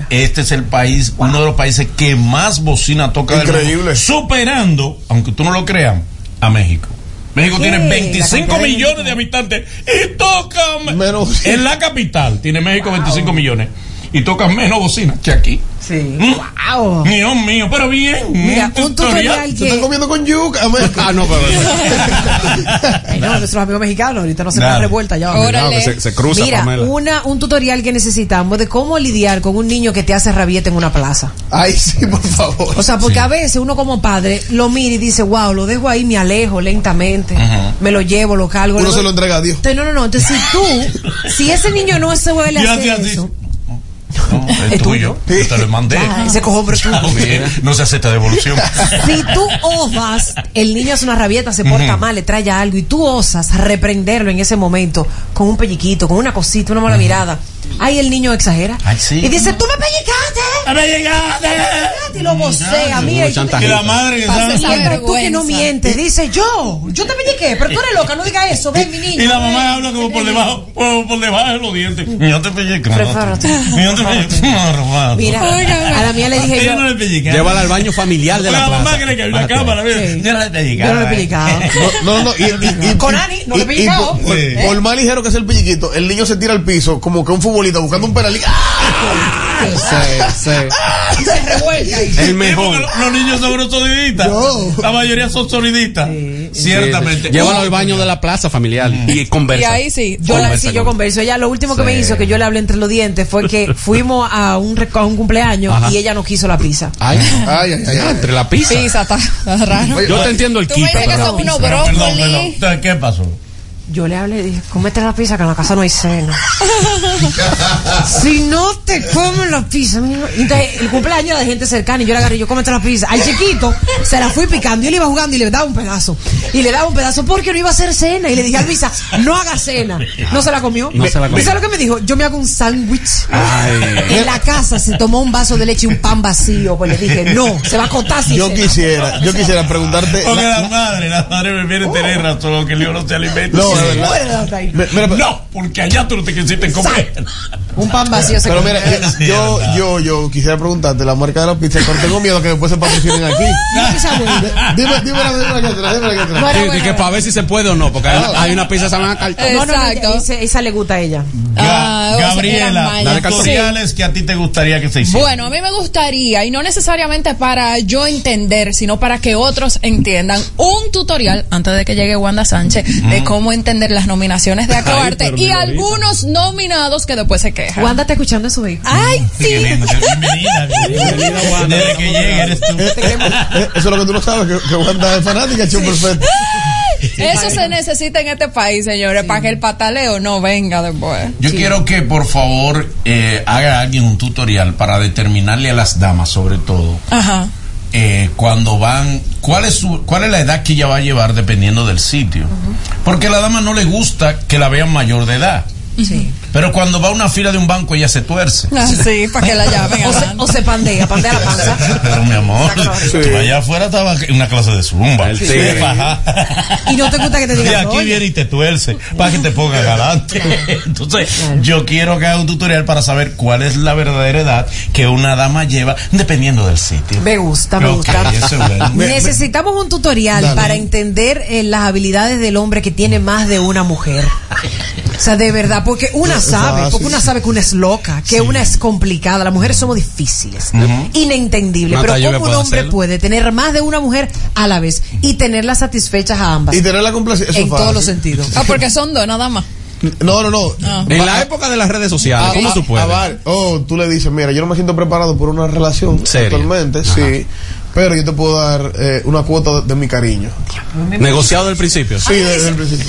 Speaker 1: Este es el país, uno de los países que más bocina toca del
Speaker 5: Increíble.
Speaker 1: mundo, superando, aunque tú no lo creas, a México. México
Speaker 4: ¿Qué?
Speaker 1: tiene
Speaker 4: La
Speaker 1: 25
Speaker 4: cantidad de
Speaker 1: millones de habitantes y tocan
Speaker 5: Menos-
Speaker 1: en la capital tiene México 25 millones y tocan menos bocina que aquí.
Speaker 4: Sí.
Speaker 1: Mm.
Speaker 4: Wow.
Speaker 1: Dios mío, pero bien.
Speaker 4: Oh. Mira, un tutorial
Speaker 5: Se están
Speaker 4: que.
Speaker 5: comiendo con
Speaker 2: *laughs*
Speaker 5: yuca. amén.
Speaker 2: Ah,
Speaker 4: Ay, no, nuestros amigos mexicanos ahorita no se
Speaker 1: Nada.
Speaker 4: dan revuelta ya.
Speaker 3: Órale.
Speaker 2: Cuidado, que se, se cruza,
Speaker 4: Mira,
Speaker 2: Pamela.
Speaker 4: una, un tutorial que necesitamos de cómo lidiar con un niño que te hace rabieta en una plaza.
Speaker 5: Ay, sí, por favor.
Speaker 4: O sea, porque a veces uno como padre lo mira y dice, wow, lo dejo ahí, me alejo lentamente, me lo llevo, lo cargo.
Speaker 5: Uno
Speaker 4: le
Speaker 5: se
Speaker 4: doy-
Speaker 5: lo entrega a Dios.
Speaker 4: Entonces, no, no, no. Entonces, si
Speaker 5: *laughs*
Speaker 4: tú, si ese niño no se vuelve
Speaker 1: Y
Speaker 4: a
Speaker 1: así,
Speaker 4: hacer
Speaker 1: así.
Speaker 4: eso, *laughs*
Speaker 1: No, es
Speaker 4: Es
Speaker 1: tuyo. Yo te lo mandé.
Speaker 4: ya, ese cojón es tuyo.
Speaker 1: Ah, bien, No se acepta devolución.
Speaker 4: *laughs* Si tú osas, el niño hace una rabieta, se porta mal, le trae algo, y tú osas reprenderlo en ese momento con un pelliquito, con una cosita, una mala mirada, ahí el niño exagera.
Speaker 1: Ay, sí.
Speaker 4: Y dice, tú me pellicaste.
Speaker 1: *laughs* ¡Me llegaste!
Speaker 4: Y lo vocea, mira. y yo te-
Speaker 1: Que la madre que
Speaker 3: Pasa
Speaker 4: Y
Speaker 1: sabe.
Speaker 3: esa-
Speaker 4: es tú que no
Speaker 3: vergüenza.
Speaker 4: mientes, dice yo, yo te pelliqué, pero tú eres loca, no digas eso, ven mi niño.
Speaker 1: Y la mamá
Speaker 4: ven.
Speaker 1: habla como por debajo, como por debajo de los dientes. Ni Yo te pelleco.
Speaker 4: Prepárate.
Speaker 1: Ni Yo te *laughs* pelleco. No, Roberto.
Speaker 4: Mira,
Speaker 3: Oigan.
Speaker 4: a la mía le dije
Speaker 1: Ella
Speaker 4: yo,
Speaker 1: no le pelleca.
Speaker 2: Llévala al baño familiar de
Speaker 1: Porque
Speaker 2: la,
Speaker 1: la mamá
Speaker 2: plaza.
Speaker 1: cree que hay una
Speaker 2: Bate.
Speaker 1: cámara. mira,
Speaker 4: Sí.
Speaker 1: Yo no le eh. pelleca.
Speaker 4: yo no le he pellicado.
Speaker 1: *laughs*
Speaker 5: No, no, no. Y, y- y-
Speaker 4: Con Ani, no le
Speaker 5: y- y
Speaker 4: pillado.
Speaker 5: por- por-
Speaker 1: Sí.
Speaker 5: Por más ligero que sea el pilliquito, el niño se tira al piso como que un futbolista buscando un penalí. ¡Ah!
Speaker 2: Sí,
Speaker 4: *laughs*
Speaker 2: sí.
Speaker 4: se revuelca.
Speaker 2: El
Speaker 1: Sí, porque
Speaker 2: mejor.
Speaker 1: lo- Los niños son sonidistas.
Speaker 5: No.
Speaker 1: La mayoría son sonidistas. Ciertamente. Mm.
Speaker 2: Llévalo al baño de la plaza familiar y conversa.
Speaker 3: Y ahí sí.
Speaker 4: Yo la
Speaker 2: Conversa
Speaker 4: sí, yo
Speaker 2: con-
Speaker 4: converso. Ella lo último que
Speaker 2: Sí.
Speaker 4: me hizo, que yo le hablé entre los dientes, fue
Speaker 1: *laughs*
Speaker 4: que fuimos a un, rec- a un cumpleaños
Speaker 2: Ajá.
Speaker 4: y ella no quiso la pizza.
Speaker 2: Ay,
Speaker 5: Ay, ay, ay, ay.
Speaker 2: entre la pizza.
Speaker 3: Pizza, está está raro.
Speaker 5: Oye,
Speaker 2: Yo te entiendo el
Speaker 3: Tú me
Speaker 2: quito,
Speaker 3: dices que
Speaker 2: pero
Speaker 3: son unos
Speaker 1: Pero, perdón,
Speaker 3: brócolis.
Speaker 1: perdón. ¿Qué pasó?
Speaker 4: Yo le hablé y dije, cómete la pizza que en la casa no hay cena. si no te comes la pizza, mi hijo. Entonces, el cumpleaños era de gente cercana y yo le agarré, y yo cómete la pizza. Al chiquito se la fui picando y él iba jugando y le daba un pedazo. Y le daba un pedazo porque no iba a hacer cena. Y le dije a Luisa, no haga cena. No se la comió.
Speaker 2: No se la comió.
Speaker 4: ¿Y sabe lo que me dijo? Yo me hago un sándwich.
Speaker 2: Ay.
Speaker 4: En la casa se tomó un vaso de leche y un pan vacío. Pues le dije, no, se va a acotar sin
Speaker 5: Yo
Speaker 4: cena.
Speaker 5: quisiera, yo quisiera preguntarte.
Speaker 1: Porque
Speaker 5: la-
Speaker 1: la, madre, la madre me viene a tener razón, que el hijo no se alimenta.
Speaker 5: No,
Speaker 1: Sí.
Speaker 5: de verdad. Mi- mira, pero-
Speaker 1: No, porque allá tú no te quisiste comer.
Speaker 4: Un pan vacío se
Speaker 5: Pero
Speaker 4: comió.
Speaker 5: mira, yo, yo, yo, yo quisiera preguntarte la marca de la pizza, pero tengo miedo que después se patrocinen aquí.
Speaker 4: Una pizza buena.
Speaker 5: *laughs* Dime, dime la dime la que atrás, dime la que atrás.
Speaker 4: Bueno,
Speaker 2: Sí,
Speaker 4: bueno,
Speaker 2: de que para ver si se puede o no, porque hay, hay una pizza sana cartón.
Speaker 4: No, no, no,
Speaker 3: Exacto.
Speaker 4: ella- esa, esa le gusta a ella.
Speaker 3: Ah, o sea, eran
Speaker 1: Gabriela,
Speaker 3: mayas.
Speaker 1: los
Speaker 2: calzón.
Speaker 1: tutoriales que a ti te gustaría que se hicieran.
Speaker 3: Bueno, a mí me gustaría, y no necesariamente para yo entender, sino para que otros entiendan, un tutorial, antes de que llegue Wanda Sánchez, de cómo entender las nominaciones de Acabarte
Speaker 2: pero
Speaker 3: y
Speaker 2: mira,
Speaker 3: algunos nominados que después se quejan.
Speaker 4: Wanda está escuchando eso, hijo.
Speaker 3: Ay, sí.
Speaker 1: Bienvenida, bienvenida.
Speaker 2: Bienvenida, Wanda.
Speaker 1: Desde que llegue eres tú.
Speaker 5: Eh, eh, eh, Eso es lo que tú no sabes, que, que Wanda es fanática, chum perfecto.
Speaker 3: Eso se necesita en este país, señores, para que el pataleo no venga después.
Speaker 1: Yo quiero que por favor eh, haga alguien un tutorial para determinarle a las damas, sobre todo,
Speaker 3: Ajá.
Speaker 1: eh, cuando van, cuál es, su- cuál es la edad que ella va a llevar dependiendo del sitio. Porque a la dama no le gusta que la vean mayor de edad. Pero cuando va a una fila de un banco ella se tuerce.
Speaker 3: Ah, sí, para que la llamen.
Speaker 4: O se,
Speaker 3: adelante.
Speaker 4: o se pandea,
Speaker 1: *laughs*
Speaker 4: pandea la panza.
Speaker 1: Pero mi amor, tú allá afuera estaba en una clase de zumba.
Speaker 2: El
Speaker 1: De
Speaker 2: tigre.
Speaker 1: faja.
Speaker 4: Y no te gusta que te digan,
Speaker 1: Y aquí
Speaker 4: "Oye".
Speaker 1: viene y te tuerce para que te ponga galante. *laughs* Entonces, yo quiero que haga un tutorial para saber cuál es la verdadera edad que una dama lleva dependiendo del sitio.
Speaker 4: Me gusta, me
Speaker 1: Ok,
Speaker 4: gusta.
Speaker 1: eso es bueno.
Speaker 4: Necesitamos un tutorial
Speaker 5: Dale.
Speaker 4: para entender eh, las habilidades del hombre que tiene más de una mujer. O sea, de verdad, porque una sabe,
Speaker 5: sí,
Speaker 4: porque una
Speaker 5: sí.
Speaker 4: sabe que una es loca, que una es complicada. Las mujeres somos difíciles, inentendibles.
Speaker 2: Nata, yo
Speaker 4: pero
Speaker 2: me
Speaker 4: ¿cómo un
Speaker 2: puedo
Speaker 4: hombre
Speaker 2: hacerlo.
Speaker 4: puede tener más de una mujer a la vez y tenerlas satisfechas a ambas?
Speaker 5: Y tener la complacencia. eso
Speaker 4: en
Speaker 5: es
Speaker 4: todos
Speaker 5: fácil.
Speaker 4: los sentidos.
Speaker 3: Ah, porque son dos, nada más.
Speaker 5: No, no, no.
Speaker 2: En la época de las redes sociales,
Speaker 1: Ah,
Speaker 5: A-
Speaker 2: ¿cómo
Speaker 5: a-
Speaker 2: tú puedes?
Speaker 5: a var- oh, tú le dices, mira, yo no me siento preparado por una relación
Speaker 2: ¿Serio?
Speaker 5: actualmente, sí. Pero yo te puedo dar eh, una cuota de, de mi cariño.
Speaker 1: ah.
Speaker 2: Negociado del principio.
Speaker 5: Sí, desde el principio.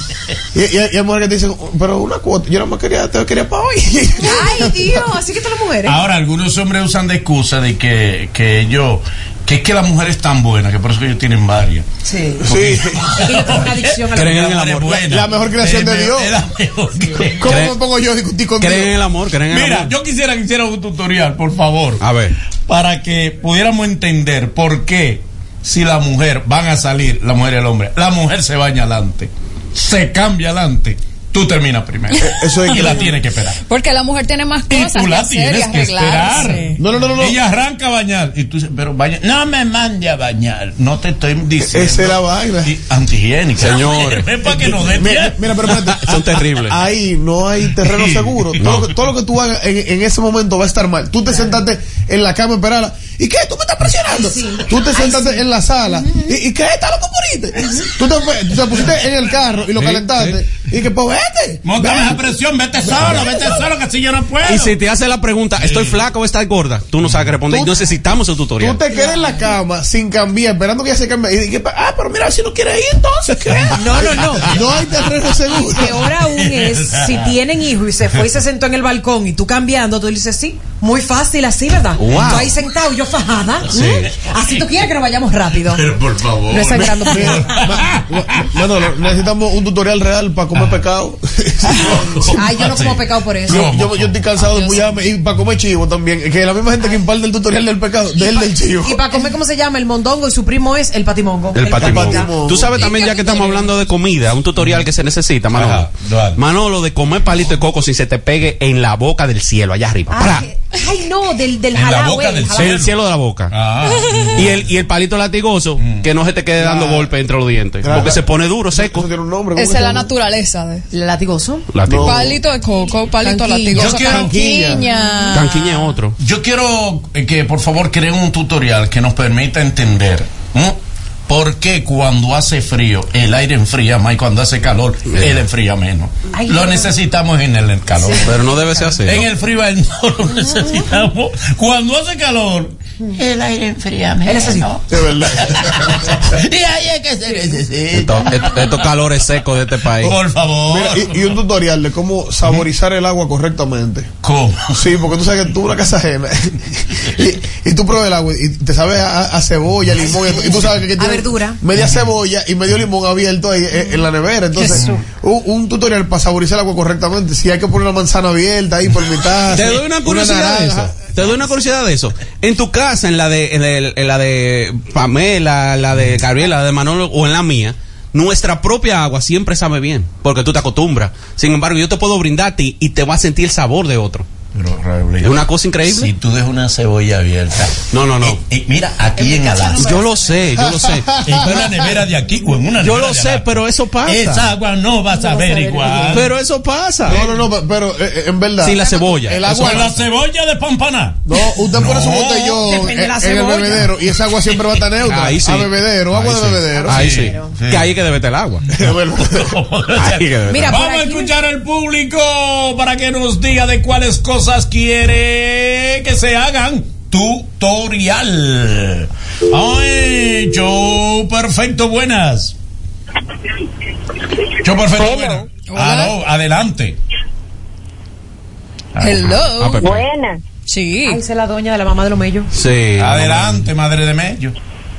Speaker 5: Y, y hay- y hay mujeres que te dicen, pero una cuota, yo no me quería, te quería para hoy.
Speaker 4: Ay, Dios, así que todas las mujeres.
Speaker 1: Ahora, algunos hombres usan de excusa de que, que ellos, que es que la mujer es tan buena, que por eso que ellos tienen varias.
Speaker 4: Sí.
Speaker 5: sí.
Speaker 4: Y le tiene una adicción a la
Speaker 2: Creen
Speaker 4: mujer.
Speaker 2: en el
Speaker 1: mujer es
Speaker 2: amor.
Speaker 1: buena.
Speaker 5: La mejor creación
Speaker 1: Es
Speaker 5: de
Speaker 1: me-
Speaker 5: Dios.
Speaker 1: es la mejor que-
Speaker 5: ¿Cómo
Speaker 2: Cree-
Speaker 5: me pongo yo a discutir contigo?
Speaker 2: Creen en el amor, creen en el
Speaker 1: Mira,
Speaker 2: amor.
Speaker 1: yo quisiera que hiciera un tutorial, por favor.
Speaker 2: A ver.
Speaker 1: Para que pudiéramos entender por qué si la mujer van a salir, la mujer y el hombre, la mujer se baña adelante, se cambia adelante, tú terminas primero.
Speaker 2: Eh,
Speaker 5: eso es
Speaker 1: y la
Speaker 5: increíble.
Speaker 1: tiene que esperar.
Speaker 3: Porque la mujer tiene más
Speaker 1: Y
Speaker 3: cosas
Speaker 1: tú
Speaker 3: que
Speaker 1: la
Speaker 3: hacer y
Speaker 1: tienes que
Speaker 3: arreglarse.
Speaker 1: esperar.
Speaker 5: No, no, no, no, no.
Speaker 1: Ella arranca a bañar. Y tú dices, pero baña. No me mande a bañar. No te estoy diciendo.
Speaker 5: Esa es la vaina.
Speaker 1: Y- Antihigiénica.
Speaker 2: Señores.
Speaker 1: Ven para que nos dé
Speaker 5: Mira,
Speaker 1: tiempo.
Speaker 5: mira, pero espérate.
Speaker 2: Son terribles.
Speaker 5: Ahí no hay terreno seguro.
Speaker 2: *laughs* No.
Speaker 5: Todo, lo que, todo lo que tú hagas en, en ese momento va a estar mal. Tú te sentaste en la cama a esperarla. ¿Y qué? ¿Tú me estás presionando? Tú te sentaste en la sala. ¿Y, y qué? ¿Estás loco moriste? Tú te, fue- tú te pusiste en el carro y lo
Speaker 2: Sí,
Speaker 5: calentaste. Y que, pues vete.
Speaker 1: Móntame
Speaker 5: Ven.
Speaker 1: esa presión, vete solo, vete solo, que así yo no puedo. Ah.
Speaker 2: Y si te hace la pregunta, ¿estoy flaca o estás gorda? Tú no sabes qué responder.
Speaker 5: Tú-
Speaker 2: Necesitamos el tutorial.
Speaker 5: Tú te quedas en la cama sin cambiar, esperando que ella se cambie. Y que, ah, pero mira, si no quiere ir, entonces, ¿qué?
Speaker 4: *laughs* No, no, no.
Speaker 5: *laughs* No hay terreno seguro.
Speaker 4: *laughs* Peor aún es si tienen hijo y se fue y se sentó en el balcón y tú cambiando, tú dices, sí, muy fácil así, ¿verdad?
Speaker 2: Wow.
Speaker 4: Tú ahí sentado, yo fajada. ¿Mm? Así tú quieres que nos vayamos rápido.
Speaker 1: Pero por favor.
Speaker 4: No es sangrando frío.
Speaker 5: Ma- ma- Manolo, necesitamos un tutorial real para comer *laughs* pecado.
Speaker 4: Ay, yo no como pecado por eso.
Speaker 5: Yo, yo- yo estoy cansado de puyarme y para comer chivo también. Es Que la misma gente que imparte el tutorial del pecado, del del chivo.
Speaker 4: Y para comer, ¿cómo se llama? El mondongo y su primo es el patimongo.
Speaker 2: El patrimonio.
Speaker 5: patrimonio.
Speaker 2: Tú sabes también, ya que estamos hablando de comida, un tutorial que se necesita, Manolo.
Speaker 1: Ajá, dale.
Speaker 2: Manolo, de comer palito de coco si se te pegue en la boca del cielo, allá arriba. ¡Pra!
Speaker 4: Ay, que- ay, no, del, del
Speaker 1: En la
Speaker 4: jalao.
Speaker 1: boca
Speaker 4: eh,
Speaker 1: del
Speaker 4: jalao.
Speaker 2: En el cielo de la boca.
Speaker 1: Ah.
Speaker 2: Y el, y el palito latigoso, que no se te quede dando golpes entre los dientes.
Speaker 5: Claro.
Speaker 2: Porque se pone duro,
Speaker 5: *laughs* Eso
Speaker 2: seco.
Speaker 5: tiene un nombre. ¿cómo
Speaker 3: Esa
Speaker 5: que
Speaker 3: es
Speaker 5: se
Speaker 3: la
Speaker 5: llama?
Speaker 3: naturaleza. De...
Speaker 4: Latigoso.
Speaker 2: Latigoso.
Speaker 3: Palito de coco, palito
Speaker 4: Canquiña.
Speaker 3: latigoso,
Speaker 1: Yo quiero-
Speaker 3: canquiña.
Speaker 2: Canquiña es otro.
Speaker 1: Yo quiero eh, que por favor creen un tutorial que nos permita entender ¿m? por qué cuando hace frío el aire enfría más y cuando hace calor él enfría menos.
Speaker 4: Ay,
Speaker 1: lo
Speaker 4: no.
Speaker 1: necesitamos en el, calor.
Speaker 2: Pero no debe ser así.
Speaker 1: En el frío no lo necesitamos. Cuando hace calor
Speaker 9: el aire enfría.
Speaker 4: Él es así.
Speaker 9: ¿no?
Speaker 5: *laughs*
Speaker 1: *laughs*
Speaker 5: De verdad.
Speaker 4: *laughs*
Speaker 9: y ahí es que se necesita.
Speaker 2: Esto- esto- Estos calores secos de este *laughs* país.
Speaker 1: favor.
Speaker 5: y, y un tutorial de cómo saborizar el agua correctamente.
Speaker 1: ¿Cómo?
Speaker 5: Sí, porque tú sabes que tú una casa ajena
Speaker 2: *laughs*
Speaker 5: y, y tú pruebas el agua y te sabes a, a cebolla, limón, y tú- y tú sabes que, que
Speaker 4: A verdura.
Speaker 5: media cebolla y medio limón abierto ahí eh, en, en la nevera. Entonces,
Speaker 4: Jesús.
Speaker 5: un, un tutorial para saborizar el agua correctamente. Si hay que poner una manzana abierta ahí por mitad.
Speaker 2: Te doy una curiosidad de
Speaker 5: naranja.
Speaker 2: eso. Te doy una curiosidad de eso. En tu casa, en la de, en el- en la de Pamela, la de Gabriela, la de Manolo o en la mía, nuestra propia agua siempre sabe bien, porque tú te acostumbras. Sin embargo, yo te puedo brindar a ti y te va a sentir el sabor de otro.
Speaker 9: Pero, Raúl,
Speaker 2: Es una cosa increíble.
Speaker 9: Si tú dejas una cebolla abierta.
Speaker 2: No,
Speaker 1: Eh,
Speaker 2: no, no.
Speaker 9: Y mira, aquí en Alaska.
Speaker 2: Yo lo sé, yo lo sé.
Speaker 1: En una nevera de aquí o en una
Speaker 2: Yo
Speaker 1: nevera
Speaker 2: lo
Speaker 1: de
Speaker 2: sé,
Speaker 1: allá.
Speaker 2: pero eso pasa.
Speaker 1: Esa agua no vas a ver igual.
Speaker 2: Pero eso pasa.
Speaker 5: No, no, no, pe- pero eh, eh, en verdad.
Speaker 2: Sin la cebolla.
Speaker 5: El
Speaker 1: Con
Speaker 5: agua.
Speaker 1: la cebolla de Pampana.
Speaker 5: No, usted pone su
Speaker 1: No,
Speaker 5: botellón
Speaker 4: depende de
Speaker 5: en,
Speaker 4: la
Speaker 5: en el
Speaker 4: cebolla.
Speaker 5: bebedero y esa agua siempre va a estar neutra.
Speaker 2: Ahí sí.
Speaker 5: A bebedero, agua
Speaker 2: Ahí
Speaker 5: de
Speaker 2: sí.
Speaker 5: bebedero.
Speaker 2: Ahí
Speaker 1: Sí,
Speaker 5: *laughs*
Speaker 2: sí.
Speaker 1: sí.
Speaker 2: Que ahí es que debe el agua. *laughs* Ahí que debe
Speaker 4: Mira, por
Speaker 1: Vamos a
Speaker 4: aquí-
Speaker 1: escuchar al público para que nos diga de cuáles cosas quiere que se hagan tutorial. Ay, yo perfecto, buenas. Yo perfecto, buenas.
Speaker 3: Hola.
Speaker 1: Aló, adelante.
Speaker 4: oh.
Speaker 2: Ah,
Speaker 3: Hello.
Speaker 2: Pepe.
Speaker 10: Buenas.
Speaker 3: Sí.
Speaker 4: Ay, esa es la doña de la mamá de los mellos.
Speaker 1: Eh,
Speaker 2: Sí.
Speaker 1: Adelante, madre de medio.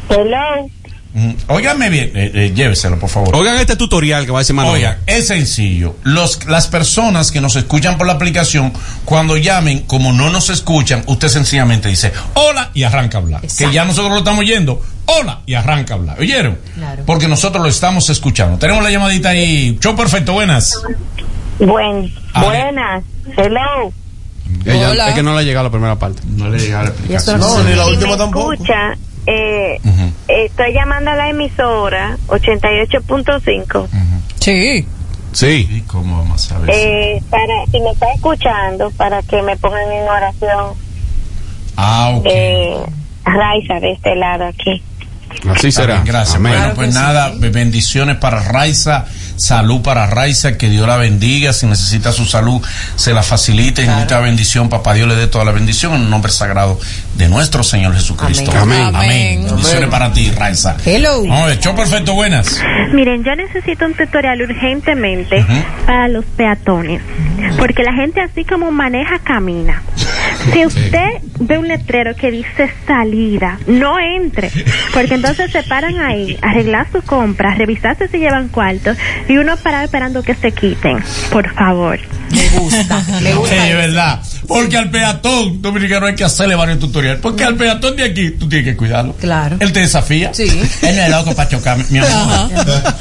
Speaker 10: Hello.
Speaker 1: Mm, Óigame bien, eh, eh, lléveselo, por favor.
Speaker 2: Oigan este tutorial que va a decir Manolo.
Speaker 1: Oigan, es sencillo. Los, las personas que nos escuchan por la aplicación, cuando llamen, como no nos escuchan, usted sencillamente dice hola y arranca a hablar.
Speaker 4: Exacto.
Speaker 1: Que ya nosotros lo estamos oyendo. Hola y arranca a hablar. ¿Oyeron?
Speaker 4: Claro.
Speaker 1: Porque nosotros lo estamos escuchando. Tenemos la llamadita ahí. Show perfecto, buenas. Ah,
Speaker 10: Buen,
Speaker 1: A ver.
Speaker 10: buenas. Hello.
Speaker 2: Ella-
Speaker 3: Hola.
Speaker 2: Es que no le ha llegado la primera parte.
Speaker 1: No le llega la
Speaker 4: explicación.
Speaker 5: No, ni la
Speaker 10: Si me
Speaker 5: última tampoco.
Speaker 10: escucha, eh,
Speaker 1: Ujú.
Speaker 10: estoy llamando a la emisora 88.5
Speaker 3: Sí.
Speaker 2: Sí.
Speaker 1: cómo vamos a ver?
Speaker 10: eh, para si me está escuchando para que me pongan en oración
Speaker 1: ah, ok.
Speaker 10: eh, Raiza de este lado aquí.
Speaker 2: Así
Speaker 1: Está
Speaker 2: será.
Speaker 1: bien, gracias.
Speaker 2: Amén.
Speaker 1: Bueno, pues nada, bendiciones para Raiza, salud para Raiza, que Dios la bendiga. Si necesita su salud, se la facilite. Y mucha bendición, papá Dios le dé toda la bendición en el nombre sagrado de nuestro Señor Jesucristo.
Speaker 2: Amén.
Speaker 1: Amén.
Speaker 3: Amén.
Speaker 1: Bendiciones para ti, Raiza.
Speaker 4: Hello.
Speaker 1: Vamos a ver, show perfecto, buenas.
Speaker 10: Miren, yo necesito un tutorial urgentemente
Speaker 1: Ujú.
Speaker 10: para los peatones, porque la gente así como maneja, camina. Si usted ve un letrero que dice salida, no entre, porque entonces se paran ahí, arreglar su compra, revisarse si llevan cuartos y uno para esperando que se quiten, por favor.
Speaker 4: Me gusta, me
Speaker 1: Sí,
Speaker 4: gusta.
Speaker 1: es verdad. Porque al peatón dominicano hay que hacerle varios tutoriales. Porque al peatón de aquí tú tienes que cuidarlo.
Speaker 4: Claro.
Speaker 1: Él te desafía.
Speaker 4: Sí.
Speaker 1: Él no es loco para chocar, *laughs* mi amor.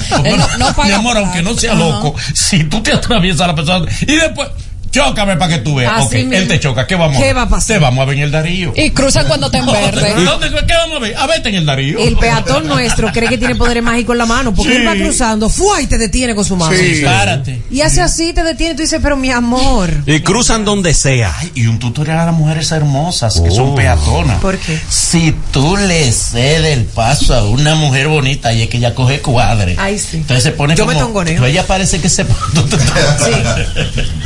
Speaker 1: Porque
Speaker 3: Él no- no
Speaker 1: mi
Speaker 3: paga
Speaker 1: amor,
Speaker 3: placa.
Speaker 1: aunque no sea
Speaker 3: Ajá.
Speaker 1: loco, si tú te atraviesas a la persona y después. Chócame para que tú veas.
Speaker 4: Así
Speaker 1: ok, él
Speaker 4: mismo.
Speaker 1: te choca. ¿Qué vamos a
Speaker 4: ¿Qué
Speaker 1: ver?
Speaker 4: va a pasar?
Speaker 1: Te vamos a ver en el Darío.
Speaker 3: Y cruzan cuando te
Speaker 1: ¿Dónde,
Speaker 3: enverde.
Speaker 1: dónde- ¿Qué vamos a ver? A verte en el Darío.
Speaker 4: El peatón nuestro cree que tiene poderes mágicos en la mano porque
Speaker 1: Sí.
Speaker 4: él va cruzando, ¡fua! y te detiene con su mano.
Speaker 5: Sí.
Speaker 1: Párate.
Speaker 4: Y hace así, te detiene, tú dices, pero mi amor.
Speaker 2: Y cruzan donde sea.
Speaker 1: Ay, y un tutorial a las mujeres hermosas que son
Speaker 2: Oh.
Speaker 1: peatonas.
Speaker 4: ¿Por qué?
Speaker 9: Si tú le cedes el paso a una mujer bonita y es que ella coge cuadre.
Speaker 4: Ay, sí.
Speaker 9: Entonces se pone
Speaker 4: Yo me
Speaker 9: como,
Speaker 4: tongoneo.
Speaker 9: pues Ella parece que se *laughs*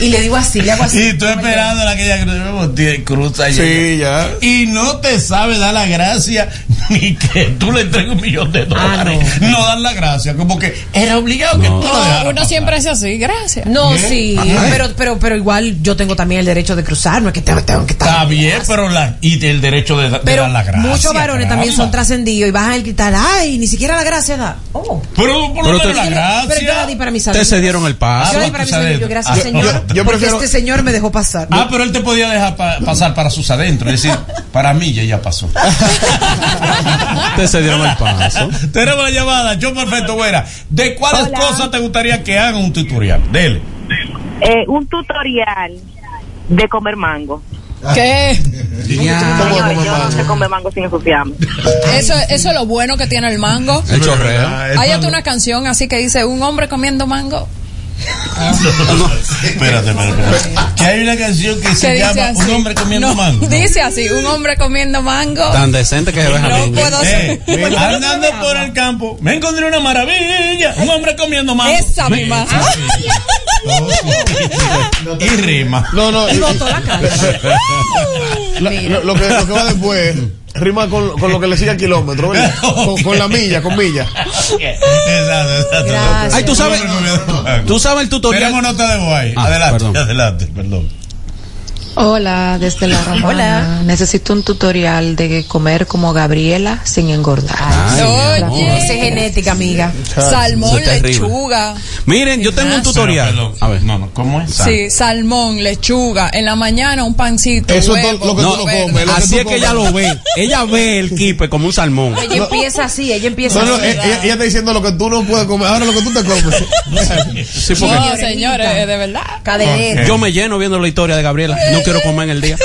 Speaker 4: Y le digo así, le hago así.
Speaker 1: Y tú esperando la que ella cru- tie- cruza y
Speaker 5: Sí,
Speaker 1: ella-
Speaker 5: ya.
Speaker 1: Y no te sabe dar la gracia ni que tú le entregues un millón
Speaker 4: Ah,
Speaker 1: de dólares. no. dan la gracia, como que era obligado que tú lo dejaras.
Speaker 3: No, uno
Speaker 1: pasar.
Speaker 3: siempre es así, gracias.
Speaker 4: No, sí, pero, pero, pero igual yo tengo también el derecho de cruzar, no es que tengo, tengo que estar.
Speaker 1: Está bien, pero la, y el derecho de, da- de
Speaker 4: Pero
Speaker 1: dar la gracia.
Speaker 4: muchos varones
Speaker 1: caramba.
Speaker 4: también son trascendidos y bajan el gritar, ay, ni siquiera la gracia da. Oh.
Speaker 1: Pero por
Speaker 2: Pero
Speaker 1: lo menos
Speaker 2: te-
Speaker 1: la gracia.
Speaker 4: Pero yo la di para mis
Speaker 2: Te
Speaker 4: amigos.
Speaker 2: cedieron el
Speaker 4: Yo
Speaker 2: paso.
Speaker 4: la
Speaker 1: Ah,
Speaker 4: di para
Speaker 1: tú
Speaker 4: mis
Speaker 1: sabes.
Speaker 4: amigos, gracias
Speaker 1: Ah,
Speaker 4: señor,
Speaker 5: yo- yo
Speaker 4: porque
Speaker 5: prefiero-
Speaker 4: este señor me dejó pasar.
Speaker 1: Ah, pero él te podía dejar pa- pasar para sus adentros. Es decir, para mí ya, ya pasó.
Speaker 2: *laughs* Te cedieron el paso.
Speaker 1: *laughs* Tenemos la llamada. Yo perfecto, buena. ¿De cuáles
Speaker 10: Hola.
Speaker 1: cosas te gustaría que hagan un tutorial? Dele.
Speaker 10: Eh, un tutorial de comer mango.
Speaker 3: ¿Qué?
Speaker 2: Ya.
Speaker 5: ¿Cómo comer
Speaker 10: yo no sé
Speaker 5: mango?
Speaker 10: comer mango sin ensuciarme.
Speaker 3: Eso, eso es lo bueno que tiene el mango.
Speaker 2: El chorreo.
Speaker 3: Hay hasta una canción así que dice un hombre comiendo mango.
Speaker 1: *laughs* Espérate, espérate, espérate. Que hay una
Speaker 3: *laughs*
Speaker 1: canción que
Speaker 3: Que
Speaker 1: se
Speaker 3: dice
Speaker 1: llama
Speaker 3: así.
Speaker 1: Un hombre comiendo
Speaker 3: No,
Speaker 1: mango. ¿no?
Speaker 3: *laughs* Dice así, un hombre comiendo mango.
Speaker 2: Tan decente que se deja
Speaker 3: No
Speaker 2: bien.
Speaker 3: puedo
Speaker 1: Eh,
Speaker 3: *laughs* ser.
Speaker 1: mira, andando por el campo, me encontré una maravilla. Un hombre comiendo mango.
Speaker 3: Esa
Speaker 1: Me-
Speaker 3: misma.
Speaker 1: Y rima.
Speaker 5: No, no. y-
Speaker 4: Botó la cara.
Speaker 5: la- lo, lo que, lo que va después rima con, con lo que le sigue al
Speaker 2: *laughs*
Speaker 5: kilómetro, ¿verdad? Con, con la milla, con milla.
Speaker 1: Exacto, exacto.
Speaker 5: Gracias.
Speaker 2: Ay, tú sabes- tú sabes el tutorial.
Speaker 1: Tenemos nota de voz ahí.
Speaker 2: Ah,
Speaker 1: adelante,
Speaker 2: perdón.
Speaker 1: adelante, perdón.
Speaker 11: Hola, desde la Romana. Necesito un tutorial de comer como Gabriela sin engordar.
Speaker 4: Oye. Esa es genética, amiga.
Speaker 3: Salmón,
Speaker 2: Eso es terrible.
Speaker 3: lechuga.
Speaker 2: Miren, yo tengo un tutorial. A ver.
Speaker 9: No, no, ¿cómo es?
Speaker 3: Sí, salmón, lechuga. En la mañana un pancito.
Speaker 2: Eso es
Speaker 3: huevo,
Speaker 2: lo que tú no
Speaker 3: verde.
Speaker 2: comes. Así es que ella lo ve. Ella ve el kipe como un salmón.
Speaker 4: Ella empieza así, ella empieza
Speaker 5: No, no,
Speaker 4: así.
Speaker 5: eh, ella, ella está diciendo lo que tú no puedes comer, ahora lo que tú te comes.
Speaker 2: *laughs* Sí, porque-
Speaker 3: No, señores, eh, de verdad.
Speaker 4: Cadenero.
Speaker 2: Yo me lleno viendo la historia de Gabriela. No quiero comer en el día.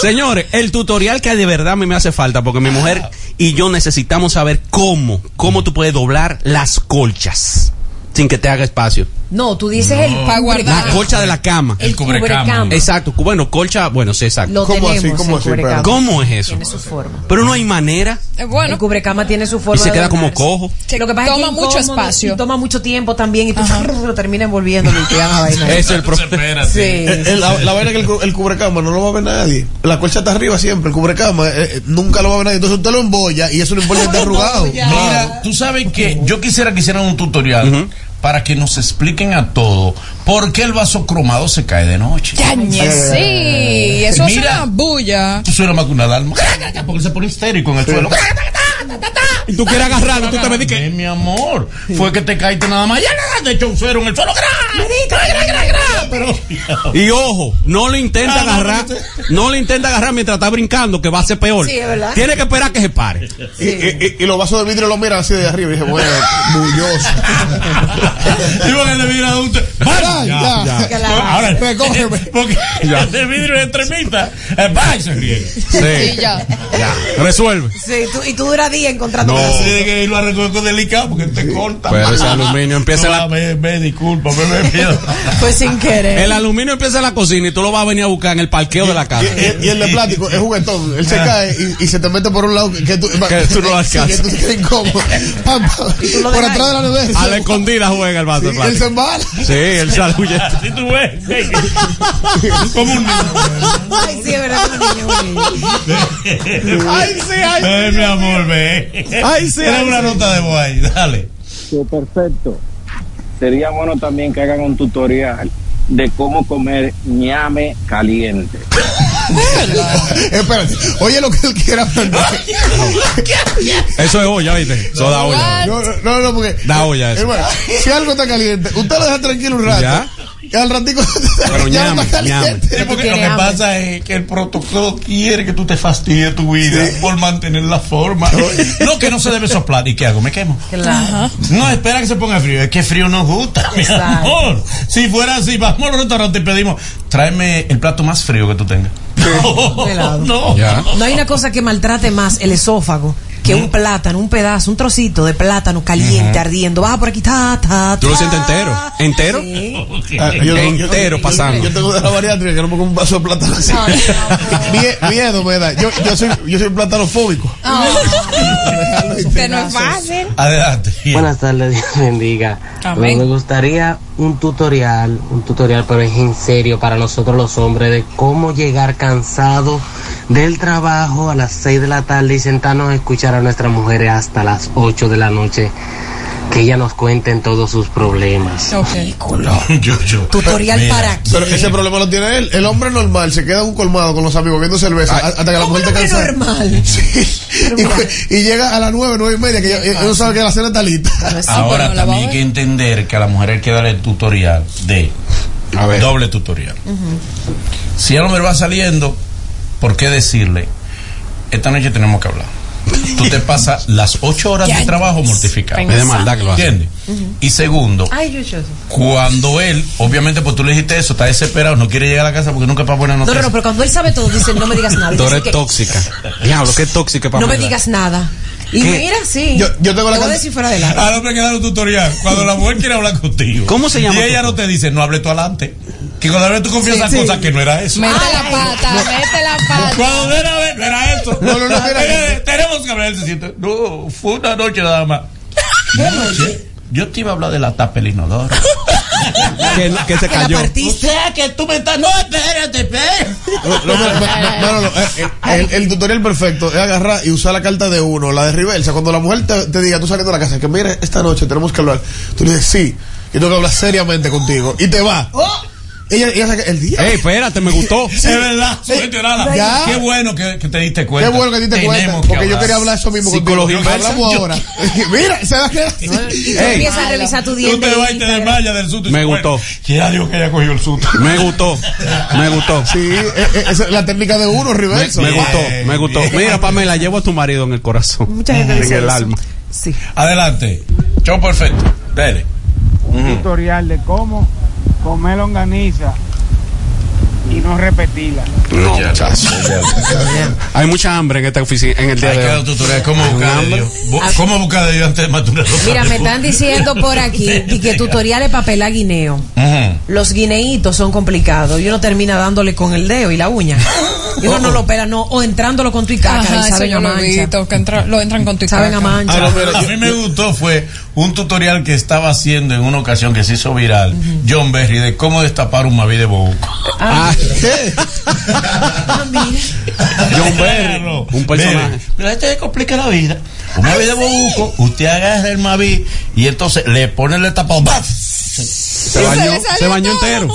Speaker 2: Señores, el tutorial que de verdad a mí me hace falta, porque mi mujer y yo necesitamos saber cómo, cómo tú puedes doblar las colchas sin que te haga espacio.
Speaker 4: No, tú dices el
Speaker 3: Pa'
Speaker 2: La
Speaker 3: guardar.
Speaker 2: colcha de la cama.
Speaker 4: El cubrecama. cubrecama.
Speaker 2: Exacto. Bueno, colcha, bueno, sí, exacto.
Speaker 4: Lo ¿Cómo así? tenemos, ¿Cómo el así? cubrecama. Espérate.
Speaker 2: ¿Cómo es eso?
Speaker 4: Tiene su forma.
Speaker 2: Pero no hay manera.
Speaker 4: El cubrecama tiene su forma.
Speaker 2: Y se
Speaker 4: de
Speaker 2: queda como
Speaker 4: adornarse.
Speaker 2: cojo.
Speaker 4: Lo que pasa es
Speaker 3: Toma
Speaker 4: que es
Speaker 3: mucho
Speaker 4: incómodo
Speaker 3: espacio.
Speaker 4: Y toma mucho tiempo también. Y tú *laughs* lo terminas envolviendo. y te vas a bailar.
Speaker 2: *laughs* Es el problema.
Speaker 4: Sí.
Speaker 5: Eh, eh, la, la vaina es que el, cu- el cubrecama no lo va a ver nadie. La colcha está arriba siempre, el cubrecama eh, eh, nunca lo va a ver nadie. Entonces usted lo embolla y eso no importa, está arrugado.
Speaker 2: Ah.
Speaker 1: Mira, tú sabes que yo quisiera que hicieran un tutorial para que nos expliquen a todo por qué el vaso cromado se cae de noche.
Speaker 3: Yañe, sí. Eso es
Speaker 1: Mira.
Speaker 3: una bulla.
Speaker 1: Tú suena más que una alarma. Porque se pone histérico en el suelo.
Speaker 2: Y tú quieres agarrarlo, tú te me que.
Speaker 1: mi amor, fue que te caíste nada más. Ya nada, te echó un suero en el suelo. Pero,
Speaker 2: Y ojo, no lo intenta
Speaker 1: Ah, no,
Speaker 2: agarrar, no lo intenta agarrar mientras está brincando, que va a ser peor.
Speaker 4: Sí, es verdad.
Speaker 2: Tiene que esperar que se pare.
Speaker 5: Y, y- y- y los vasos de vidrio lo miran así de arriba y dije, bueno, bulloso.
Speaker 2: *laughs*
Speaker 1: Digo que le mira a un. ¡Vaya!
Speaker 5: Ya, ya.
Speaker 1: Ahora,
Speaker 2: Pues,
Speaker 5: Me coge,
Speaker 2: *laughs*
Speaker 1: porque el vidrio es extremista. Eh, ¡Vaya! Se riega.
Speaker 3: Sí, ya.
Speaker 5: *laughs*
Speaker 2: Ya, resuelve.
Speaker 4: Sí, tú- y tú duras días encontrando.
Speaker 2: No.
Speaker 1: Así de que irlo a recoger con delicado porque te corta.
Speaker 2: Pero ese aluminio empieza
Speaker 1: No,
Speaker 2: la-
Speaker 1: Me, me disculpa, me, me
Speaker 2: *laughs*
Speaker 1: pido.
Speaker 4: Pues sin querer.
Speaker 2: El aluminio empieza en la cocina y tú lo vas a venir a buscar en el parqueo de la
Speaker 5: Y,
Speaker 2: casa.
Speaker 5: y- y el de plástico es juguetón. Él se cae y, y se te mete por un lado que, que tú,
Speaker 2: Ah. Que tú no lo
Speaker 5: sí,
Speaker 2: alcanzas.
Speaker 5: que tú te
Speaker 2: *laughs*
Speaker 5: quedas incómodo. Pam, pam.
Speaker 4: lo
Speaker 5: por
Speaker 4: dejas
Speaker 5: atrás de la nevera.
Speaker 2: A la escondida juega el vaso de
Speaker 5: Sí, él se
Speaker 2: plástico.
Speaker 5: *laughs* embala.
Speaker 2: Sí, él sale huyendo.
Speaker 1: Así tú ves. sí. Como un niño.
Speaker 4: Ay, sí, es verdad. como niño, como niño.
Speaker 2: Ay, sí,
Speaker 1: Ay, mi amor, ve.
Speaker 2: Ay, sí,
Speaker 1: Era
Speaker 2: ay,
Speaker 1: una
Speaker 2: sí.
Speaker 1: nota de guay. Dale.
Speaker 12: Pues perfecto. Sería bueno también que hagan un tutorial de cómo comer ñame caliente.
Speaker 5: Espérate. Oye lo que él quiera aprender.
Speaker 2: Eso es olla, ¿viste? Eso da olla.
Speaker 5: No, no, no, porque.
Speaker 2: Da olla eso.
Speaker 5: Hermano, si algo está caliente, usted lo deja tranquilo un rato.
Speaker 2: Ya.
Speaker 5: Y al ratico *laughs*
Speaker 2: Pero
Speaker 5: ya
Speaker 2: ñame,
Speaker 5: está caliente.
Speaker 1: Sí, porque lo que pasa es que el protocolo quiere que tú te fastidies tu vida por mantener la forma. Lo que no se debe soplar. ¿Y qué hago? Me quemo.
Speaker 4: Claro.
Speaker 1: No, espera que se ponga frío. Es que frío nos gusta, mi
Speaker 4: Exacto.
Speaker 1: amor. Si fuera así, vamos al restaurante y pedimos, tráeme el plato más frío que tú tengas. *laughs* No,
Speaker 4: Pelado.
Speaker 1: no.
Speaker 2: Ya.
Speaker 4: No hay una cosa que maltrate más el esófago que
Speaker 2: Mm.
Speaker 4: un plátano, un pedazo, un trocito de plátano caliente, ardiendo. Baja por aquí, ta, ta, ta.
Speaker 2: Tú lo sientes entero. ¿Entero?
Speaker 4: Sí.
Speaker 5: Ah, yo-
Speaker 2: Entero pasando.
Speaker 5: Yo tengo de la bariátrica que no me como un vaso de plátano así. *laughs* Mie- miedo me da. Yo, yo soy, yo soy platanofóbico.
Speaker 4: *laughs*
Speaker 3: Usted Oh. no es fácil.
Speaker 1: Adelante.
Speaker 13: Buenas tardes, *laughs* Dios bendiga. Pues
Speaker 3: Amén.
Speaker 13: Me gustaría un tutorial, un tutorial, pero es en serio para nosotros los hombres, de cómo llegar cansado del trabajo a las 6 de la tarde y sentarnos a escuchar a nuestras mujeres hasta las 8 de la noche, que ellas nos cuenten todos sus problemas.
Speaker 3: Ok.
Speaker 1: Yo, yo.
Speaker 4: Tutorial
Speaker 1: Mira,
Speaker 4: para aquí.
Speaker 5: Pero ese problema lo tiene él. El hombre normal se queda en un colmado con los amigos viendo cerveza a- hasta que la
Speaker 4: ¿Cómo
Speaker 5: mujer te
Speaker 4: lo ve
Speaker 5: cansa.
Speaker 4: normal? Pero
Speaker 5: Y,
Speaker 4: mira.
Speaker 5: fue- y llega a las nueve, nueve y media, que ya- él no sabe que la cena está lista. *laughs*
Speaker 1: Ahora
Speaker 3: pero no Ah, la va a
Speaker 1: también hay
Speaker 3: ver.
Speaker 1: que entender que a la mujer hay que darle el tutorial de
Speaker 5: A ver.
Speaker 1: doble tutorial. Si el hombre va saliendo, ¿por qué decirle? Esta noche tenemos
Speaker 3: *laughs*
Speaker 1: que hablar. Tú te pasas las ocho horas de
Speaker 3: Ya, Ah.
Speaker 1: trabajo mortificado.
Speaker 2: Es de maldad que lo hace.
Speaker 1: ¿Entiendes? Y segundo,
Speaker 4: Ay, yo, yo.
Speaker 1: cuando él, obviamente, pues tú le dijiste eso, está desesperado, no quiere llegar a la casa porque nunca para buena
Speaker 4: No,
Speaker 1: noticia.
Speaker 4: no, no, pero cuando él sabe todo, dice, no me digas nada.
Speaker 2: Tú
Speaker 4: Dice
Speaker 2: eres
Speaker 4: que-
Speaker 2: tóxica. Diablo, qué tóxica para
Speaker 4: no me digas nada. Y
Speaker 2: ¿Qué?
Speaker 4: mira, sí.
Speaker 5: Yo- yo tengo la
Speaker 4: Te voy
Speaker 5: can-
Speaker 4: a decir fuera de la-
Speaker 1: *laughs* Al hombre hay que dar un tutorial. Cuando la mujer quiere hablar contigo.
Speaker 2: ¿Cómo se llama
Speaker 1: Y
Speaker 2: tu
Speaker 1: ella no te dice, no hable tú adelante. Que cuando vez tú confiesas
Speaker 4: Sí, sí.
Speaker 1: cosas que no era eso.
Speaker 3: Mete la
Speaker 4: Ay.
Speaker 3: pata, mete la pata.
Speaker 1: Cuando era, vez no era eso.
Speaker 5: No, no, no, era
Speaker 1: Ella,
Speaker 5: eso.
Speaker 1: Tenemos que hablar de ese sitio. No, *laughs* fue una noche nada más. Una noche. Yo te iba a hablar de la tapa del inodoro.
Speaker 2: que, que se cayó.
Speaker 9: O sea que tú me estás. No, espérate, espérate.
Speaker 5: No, no, ma- ma- Manolo, eh, eh, el, el tutorial perfecto es agarrar y usar la carta de uno, la de reversa. Cuando la mujer te, te diga, tú saliendo de la casa, que mire, esta noche tenemos que hablar, tú le dices, sí, yo tengo que hablar seriamente contigo. Y te va. Ella, ella saca el día.
Speaker 2: Ey, espérate, me gustó.
Speaker 5: Sí.
Speaker 1: es verdad, suerte orada.
Speaker 5: Ya.
Speaker 1: Qué bueno que, que te diste cuenta.
Speaker 5: Qué bueno que a ti te
Speaker 1: Tenemos
Speaker 5: cuentas,
Speaker 1: que
Speaker 5: porque yo quería hablar eso mismo contigo.
Speaker 1: Psicología
Speaker 5: Lo que
Speaker 1: inversa.
Speaker 5: hablamos
Speaker 1: Yo-
Speaker 5: ahora. Mira, se va a quedar así.
Speaker 4: Empieza a revisar tu
Speaker 1: Tú
Speaker 4: diente.
Speaker 1: te vas y te desmayas del susto.
Speaker 2: Me gustó.
Speaker 1: Quiera Dios que haya cogido el susto.
Speaker 2: Me gustó. Me gustó.
Speaker 5: Sí, eh, eh, esa es la técnica de uno,
Speaker 2: Me,
Speaker 5: reversa.
Speaker 2: me gustó, me gustó. Mira, Pamela, llevo a tu marido en el corazón.
Speaker 4: Mucha gente
Speaker 2: En
Speaker 4: dice
Speaker 2: el
Speaker 4: eso.
Speaker 2: alma.
Speaker 4: Sí.
Speaker 1: *laughs* Adelante. Show perfecto. Dale.
Speaker 14: tutorial de cómo comer longaniza y no repetirla.
Speaker 2: No, muchacho. Hay mucha hambre en esta oficina, en el día
Speaker 1: Hay que
Speaker 2: de
Speaker 1: dar
Speaker 2: hoy.
Speaker 1: tutorial, ¿cómo buscar de Dios? Bu- ¿Cómo buscar de Dios antes de matar una rosa
Speaker 4: Mira,
Speaker 1: de
Speaker 4: me
Speaker 1: puta?
Speaker 4: están diciendo por
Speaker 1: *laughs*
Speaker 4: aquí y que tutoriales para pelar guineo.
Speaker 1: Ujú.
Speaker 4: Los guineitos son complicados y uno termina dándole con el dedo y la uña. Y uno no lo pela, no, o entrándolo con tu y caca
Speaker 3: Oh. Ajá,
Speaker 4: y
Speaker 3: eso
Speaker 4: saben
Speaker 3: yo
Speaker 4: a
Speaker 3: lo he
Speaker 4: mancha.
Speaker 3: visto, que entra- lo entran con tu y
Speaker 4: Saben a
Speaker 3: caca.
Speaker 4: mancha. *laughs*
Speaker 1: Ah, no, pero a mí me gustó fue un tutorial que estaba haciendo en una ocasión que se hizo viral John Berry de cómo destapar un Mavi de *laughs* Bouco.
Speaker 2: Ah,
Speaker 1: Ah, John Berry, este un
Speaker 9: personaje. Pero esto le complica la vida. Un Mavi
Speaker 1: Ah,
Speaker 9: de Bobuco, usted agarra el Mavi y entonces le pone el tapado.
Speaker 1: *laughs*
Speaker 9: ¡Baf!
Speaker 2: se bañó, se bañó entero.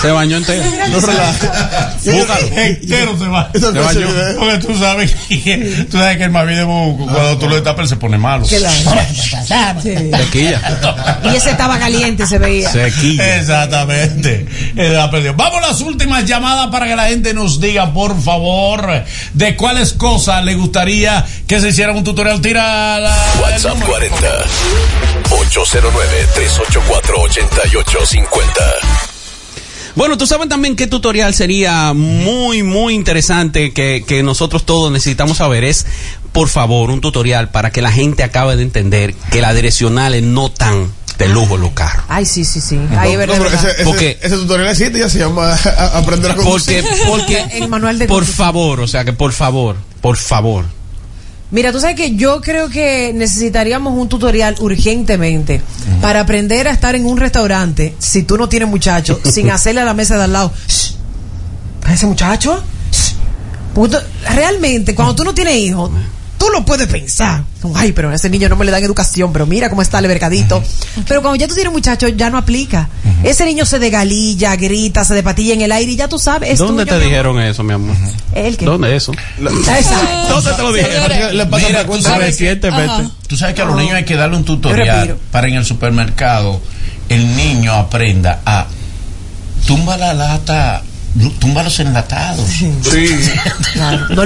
Speaker 2: Se bañó entero.
Speaker 5: No relaja.
Speaker 2: Búscalo.
Speaker 1: Entero se va.
Speaker 2: Se bañó.
Speaker 1: Porque tú sabes que, *laughs* tú sabes que el Mavi de Bouco, cuando tú lo destapas, él se pone malo.
Speaker 4: Sí.
Speaker 2: Sequilla.
Speaker 4: Y ese estaba caliente, se veía.
Speaker 2: Sequilla.
Speaker 1: Exactamente. Eh, la perdió. Vamos a las últimas llamadas para que la gente nos diga, por favor, de cuáles cosas le gustaría que se hiciera un tutorial. Tira la.
Speaker 8: WhatsApp 40 809 384 8850.
Speaker 2: Bueno, tú saben también qué tutorial sería muy, muy interesante que, que nosotros todos necesitamos saber. Es, por favor, un tutorial para que la gente acabe de entender que las direccionales no tan de lujo los carros.
Speaker 4: Ay, sí, sí, sí. Ahí es
Speaker 5: No,
Speaker 4: verdad.
Speaker 5: pero ese,
Speaker 4: verdad.
Speaker 5: ese-
Speaker 2: Porque-
Speaker 5: ese tutorial existe ya se llama *laughs* a- Aprender a
Speaker 2: Porque,
Speaker 5: conducir.
Speaker 2: porque,
Speaker 4: El manual de
Speaker 2: por favor, o sea que por favor, por favor.
Speaker 4: Mira, tú sabes que yo creo que necesitaríamos un tutorial urgentemente para aprender a estar en un restaurante, si tú no tienes
Speaker 2: *laughs*
Speaker 4: muchacho, sin hacerle a la mesa de al lado. "Shh, ¿A ese muchacho? Shh". Porque tú- realmente, cuando tú no tienes hijos, tú lo puedes pensar. Como, Ay, pero a ese niño no me le dan educación, pero mira cómo está el mercadito. Pero cuando ya tú tienes muchacho, ya no aplica. Ese niño se degalilla, grita, se depatilla en el aire y ya tú sabes. es tuyo,
Speaker 2: ¿Dónde te
Speaker 4: mi amor.
Speaker 2: dijeron eso, mi amor?
Speaker 4: ¿El qué?
Speaker 2: ¿Dónde eso?
Speaker 4: Exacto.
Speaker 2: ¿Dónde te lo
Speaker 1: Señores,
Speaker 2: dijeron?
Speaker 1: mira, tú sabes,
Speaker 2: Recientemente.
Speaker 1: tú sabes que a los
Speaker 2: Ajá.
Speaker 1: niños hay que darle un
Speaker 2: Yo
Speaker 1: tutorial
Speaker 2: respiro.
Speaker 1: para en el supermercado el niño aprenda a tumba la lata, tumba los enlatados.
Speaker 5: Sí.
Speaker 4: Claro. No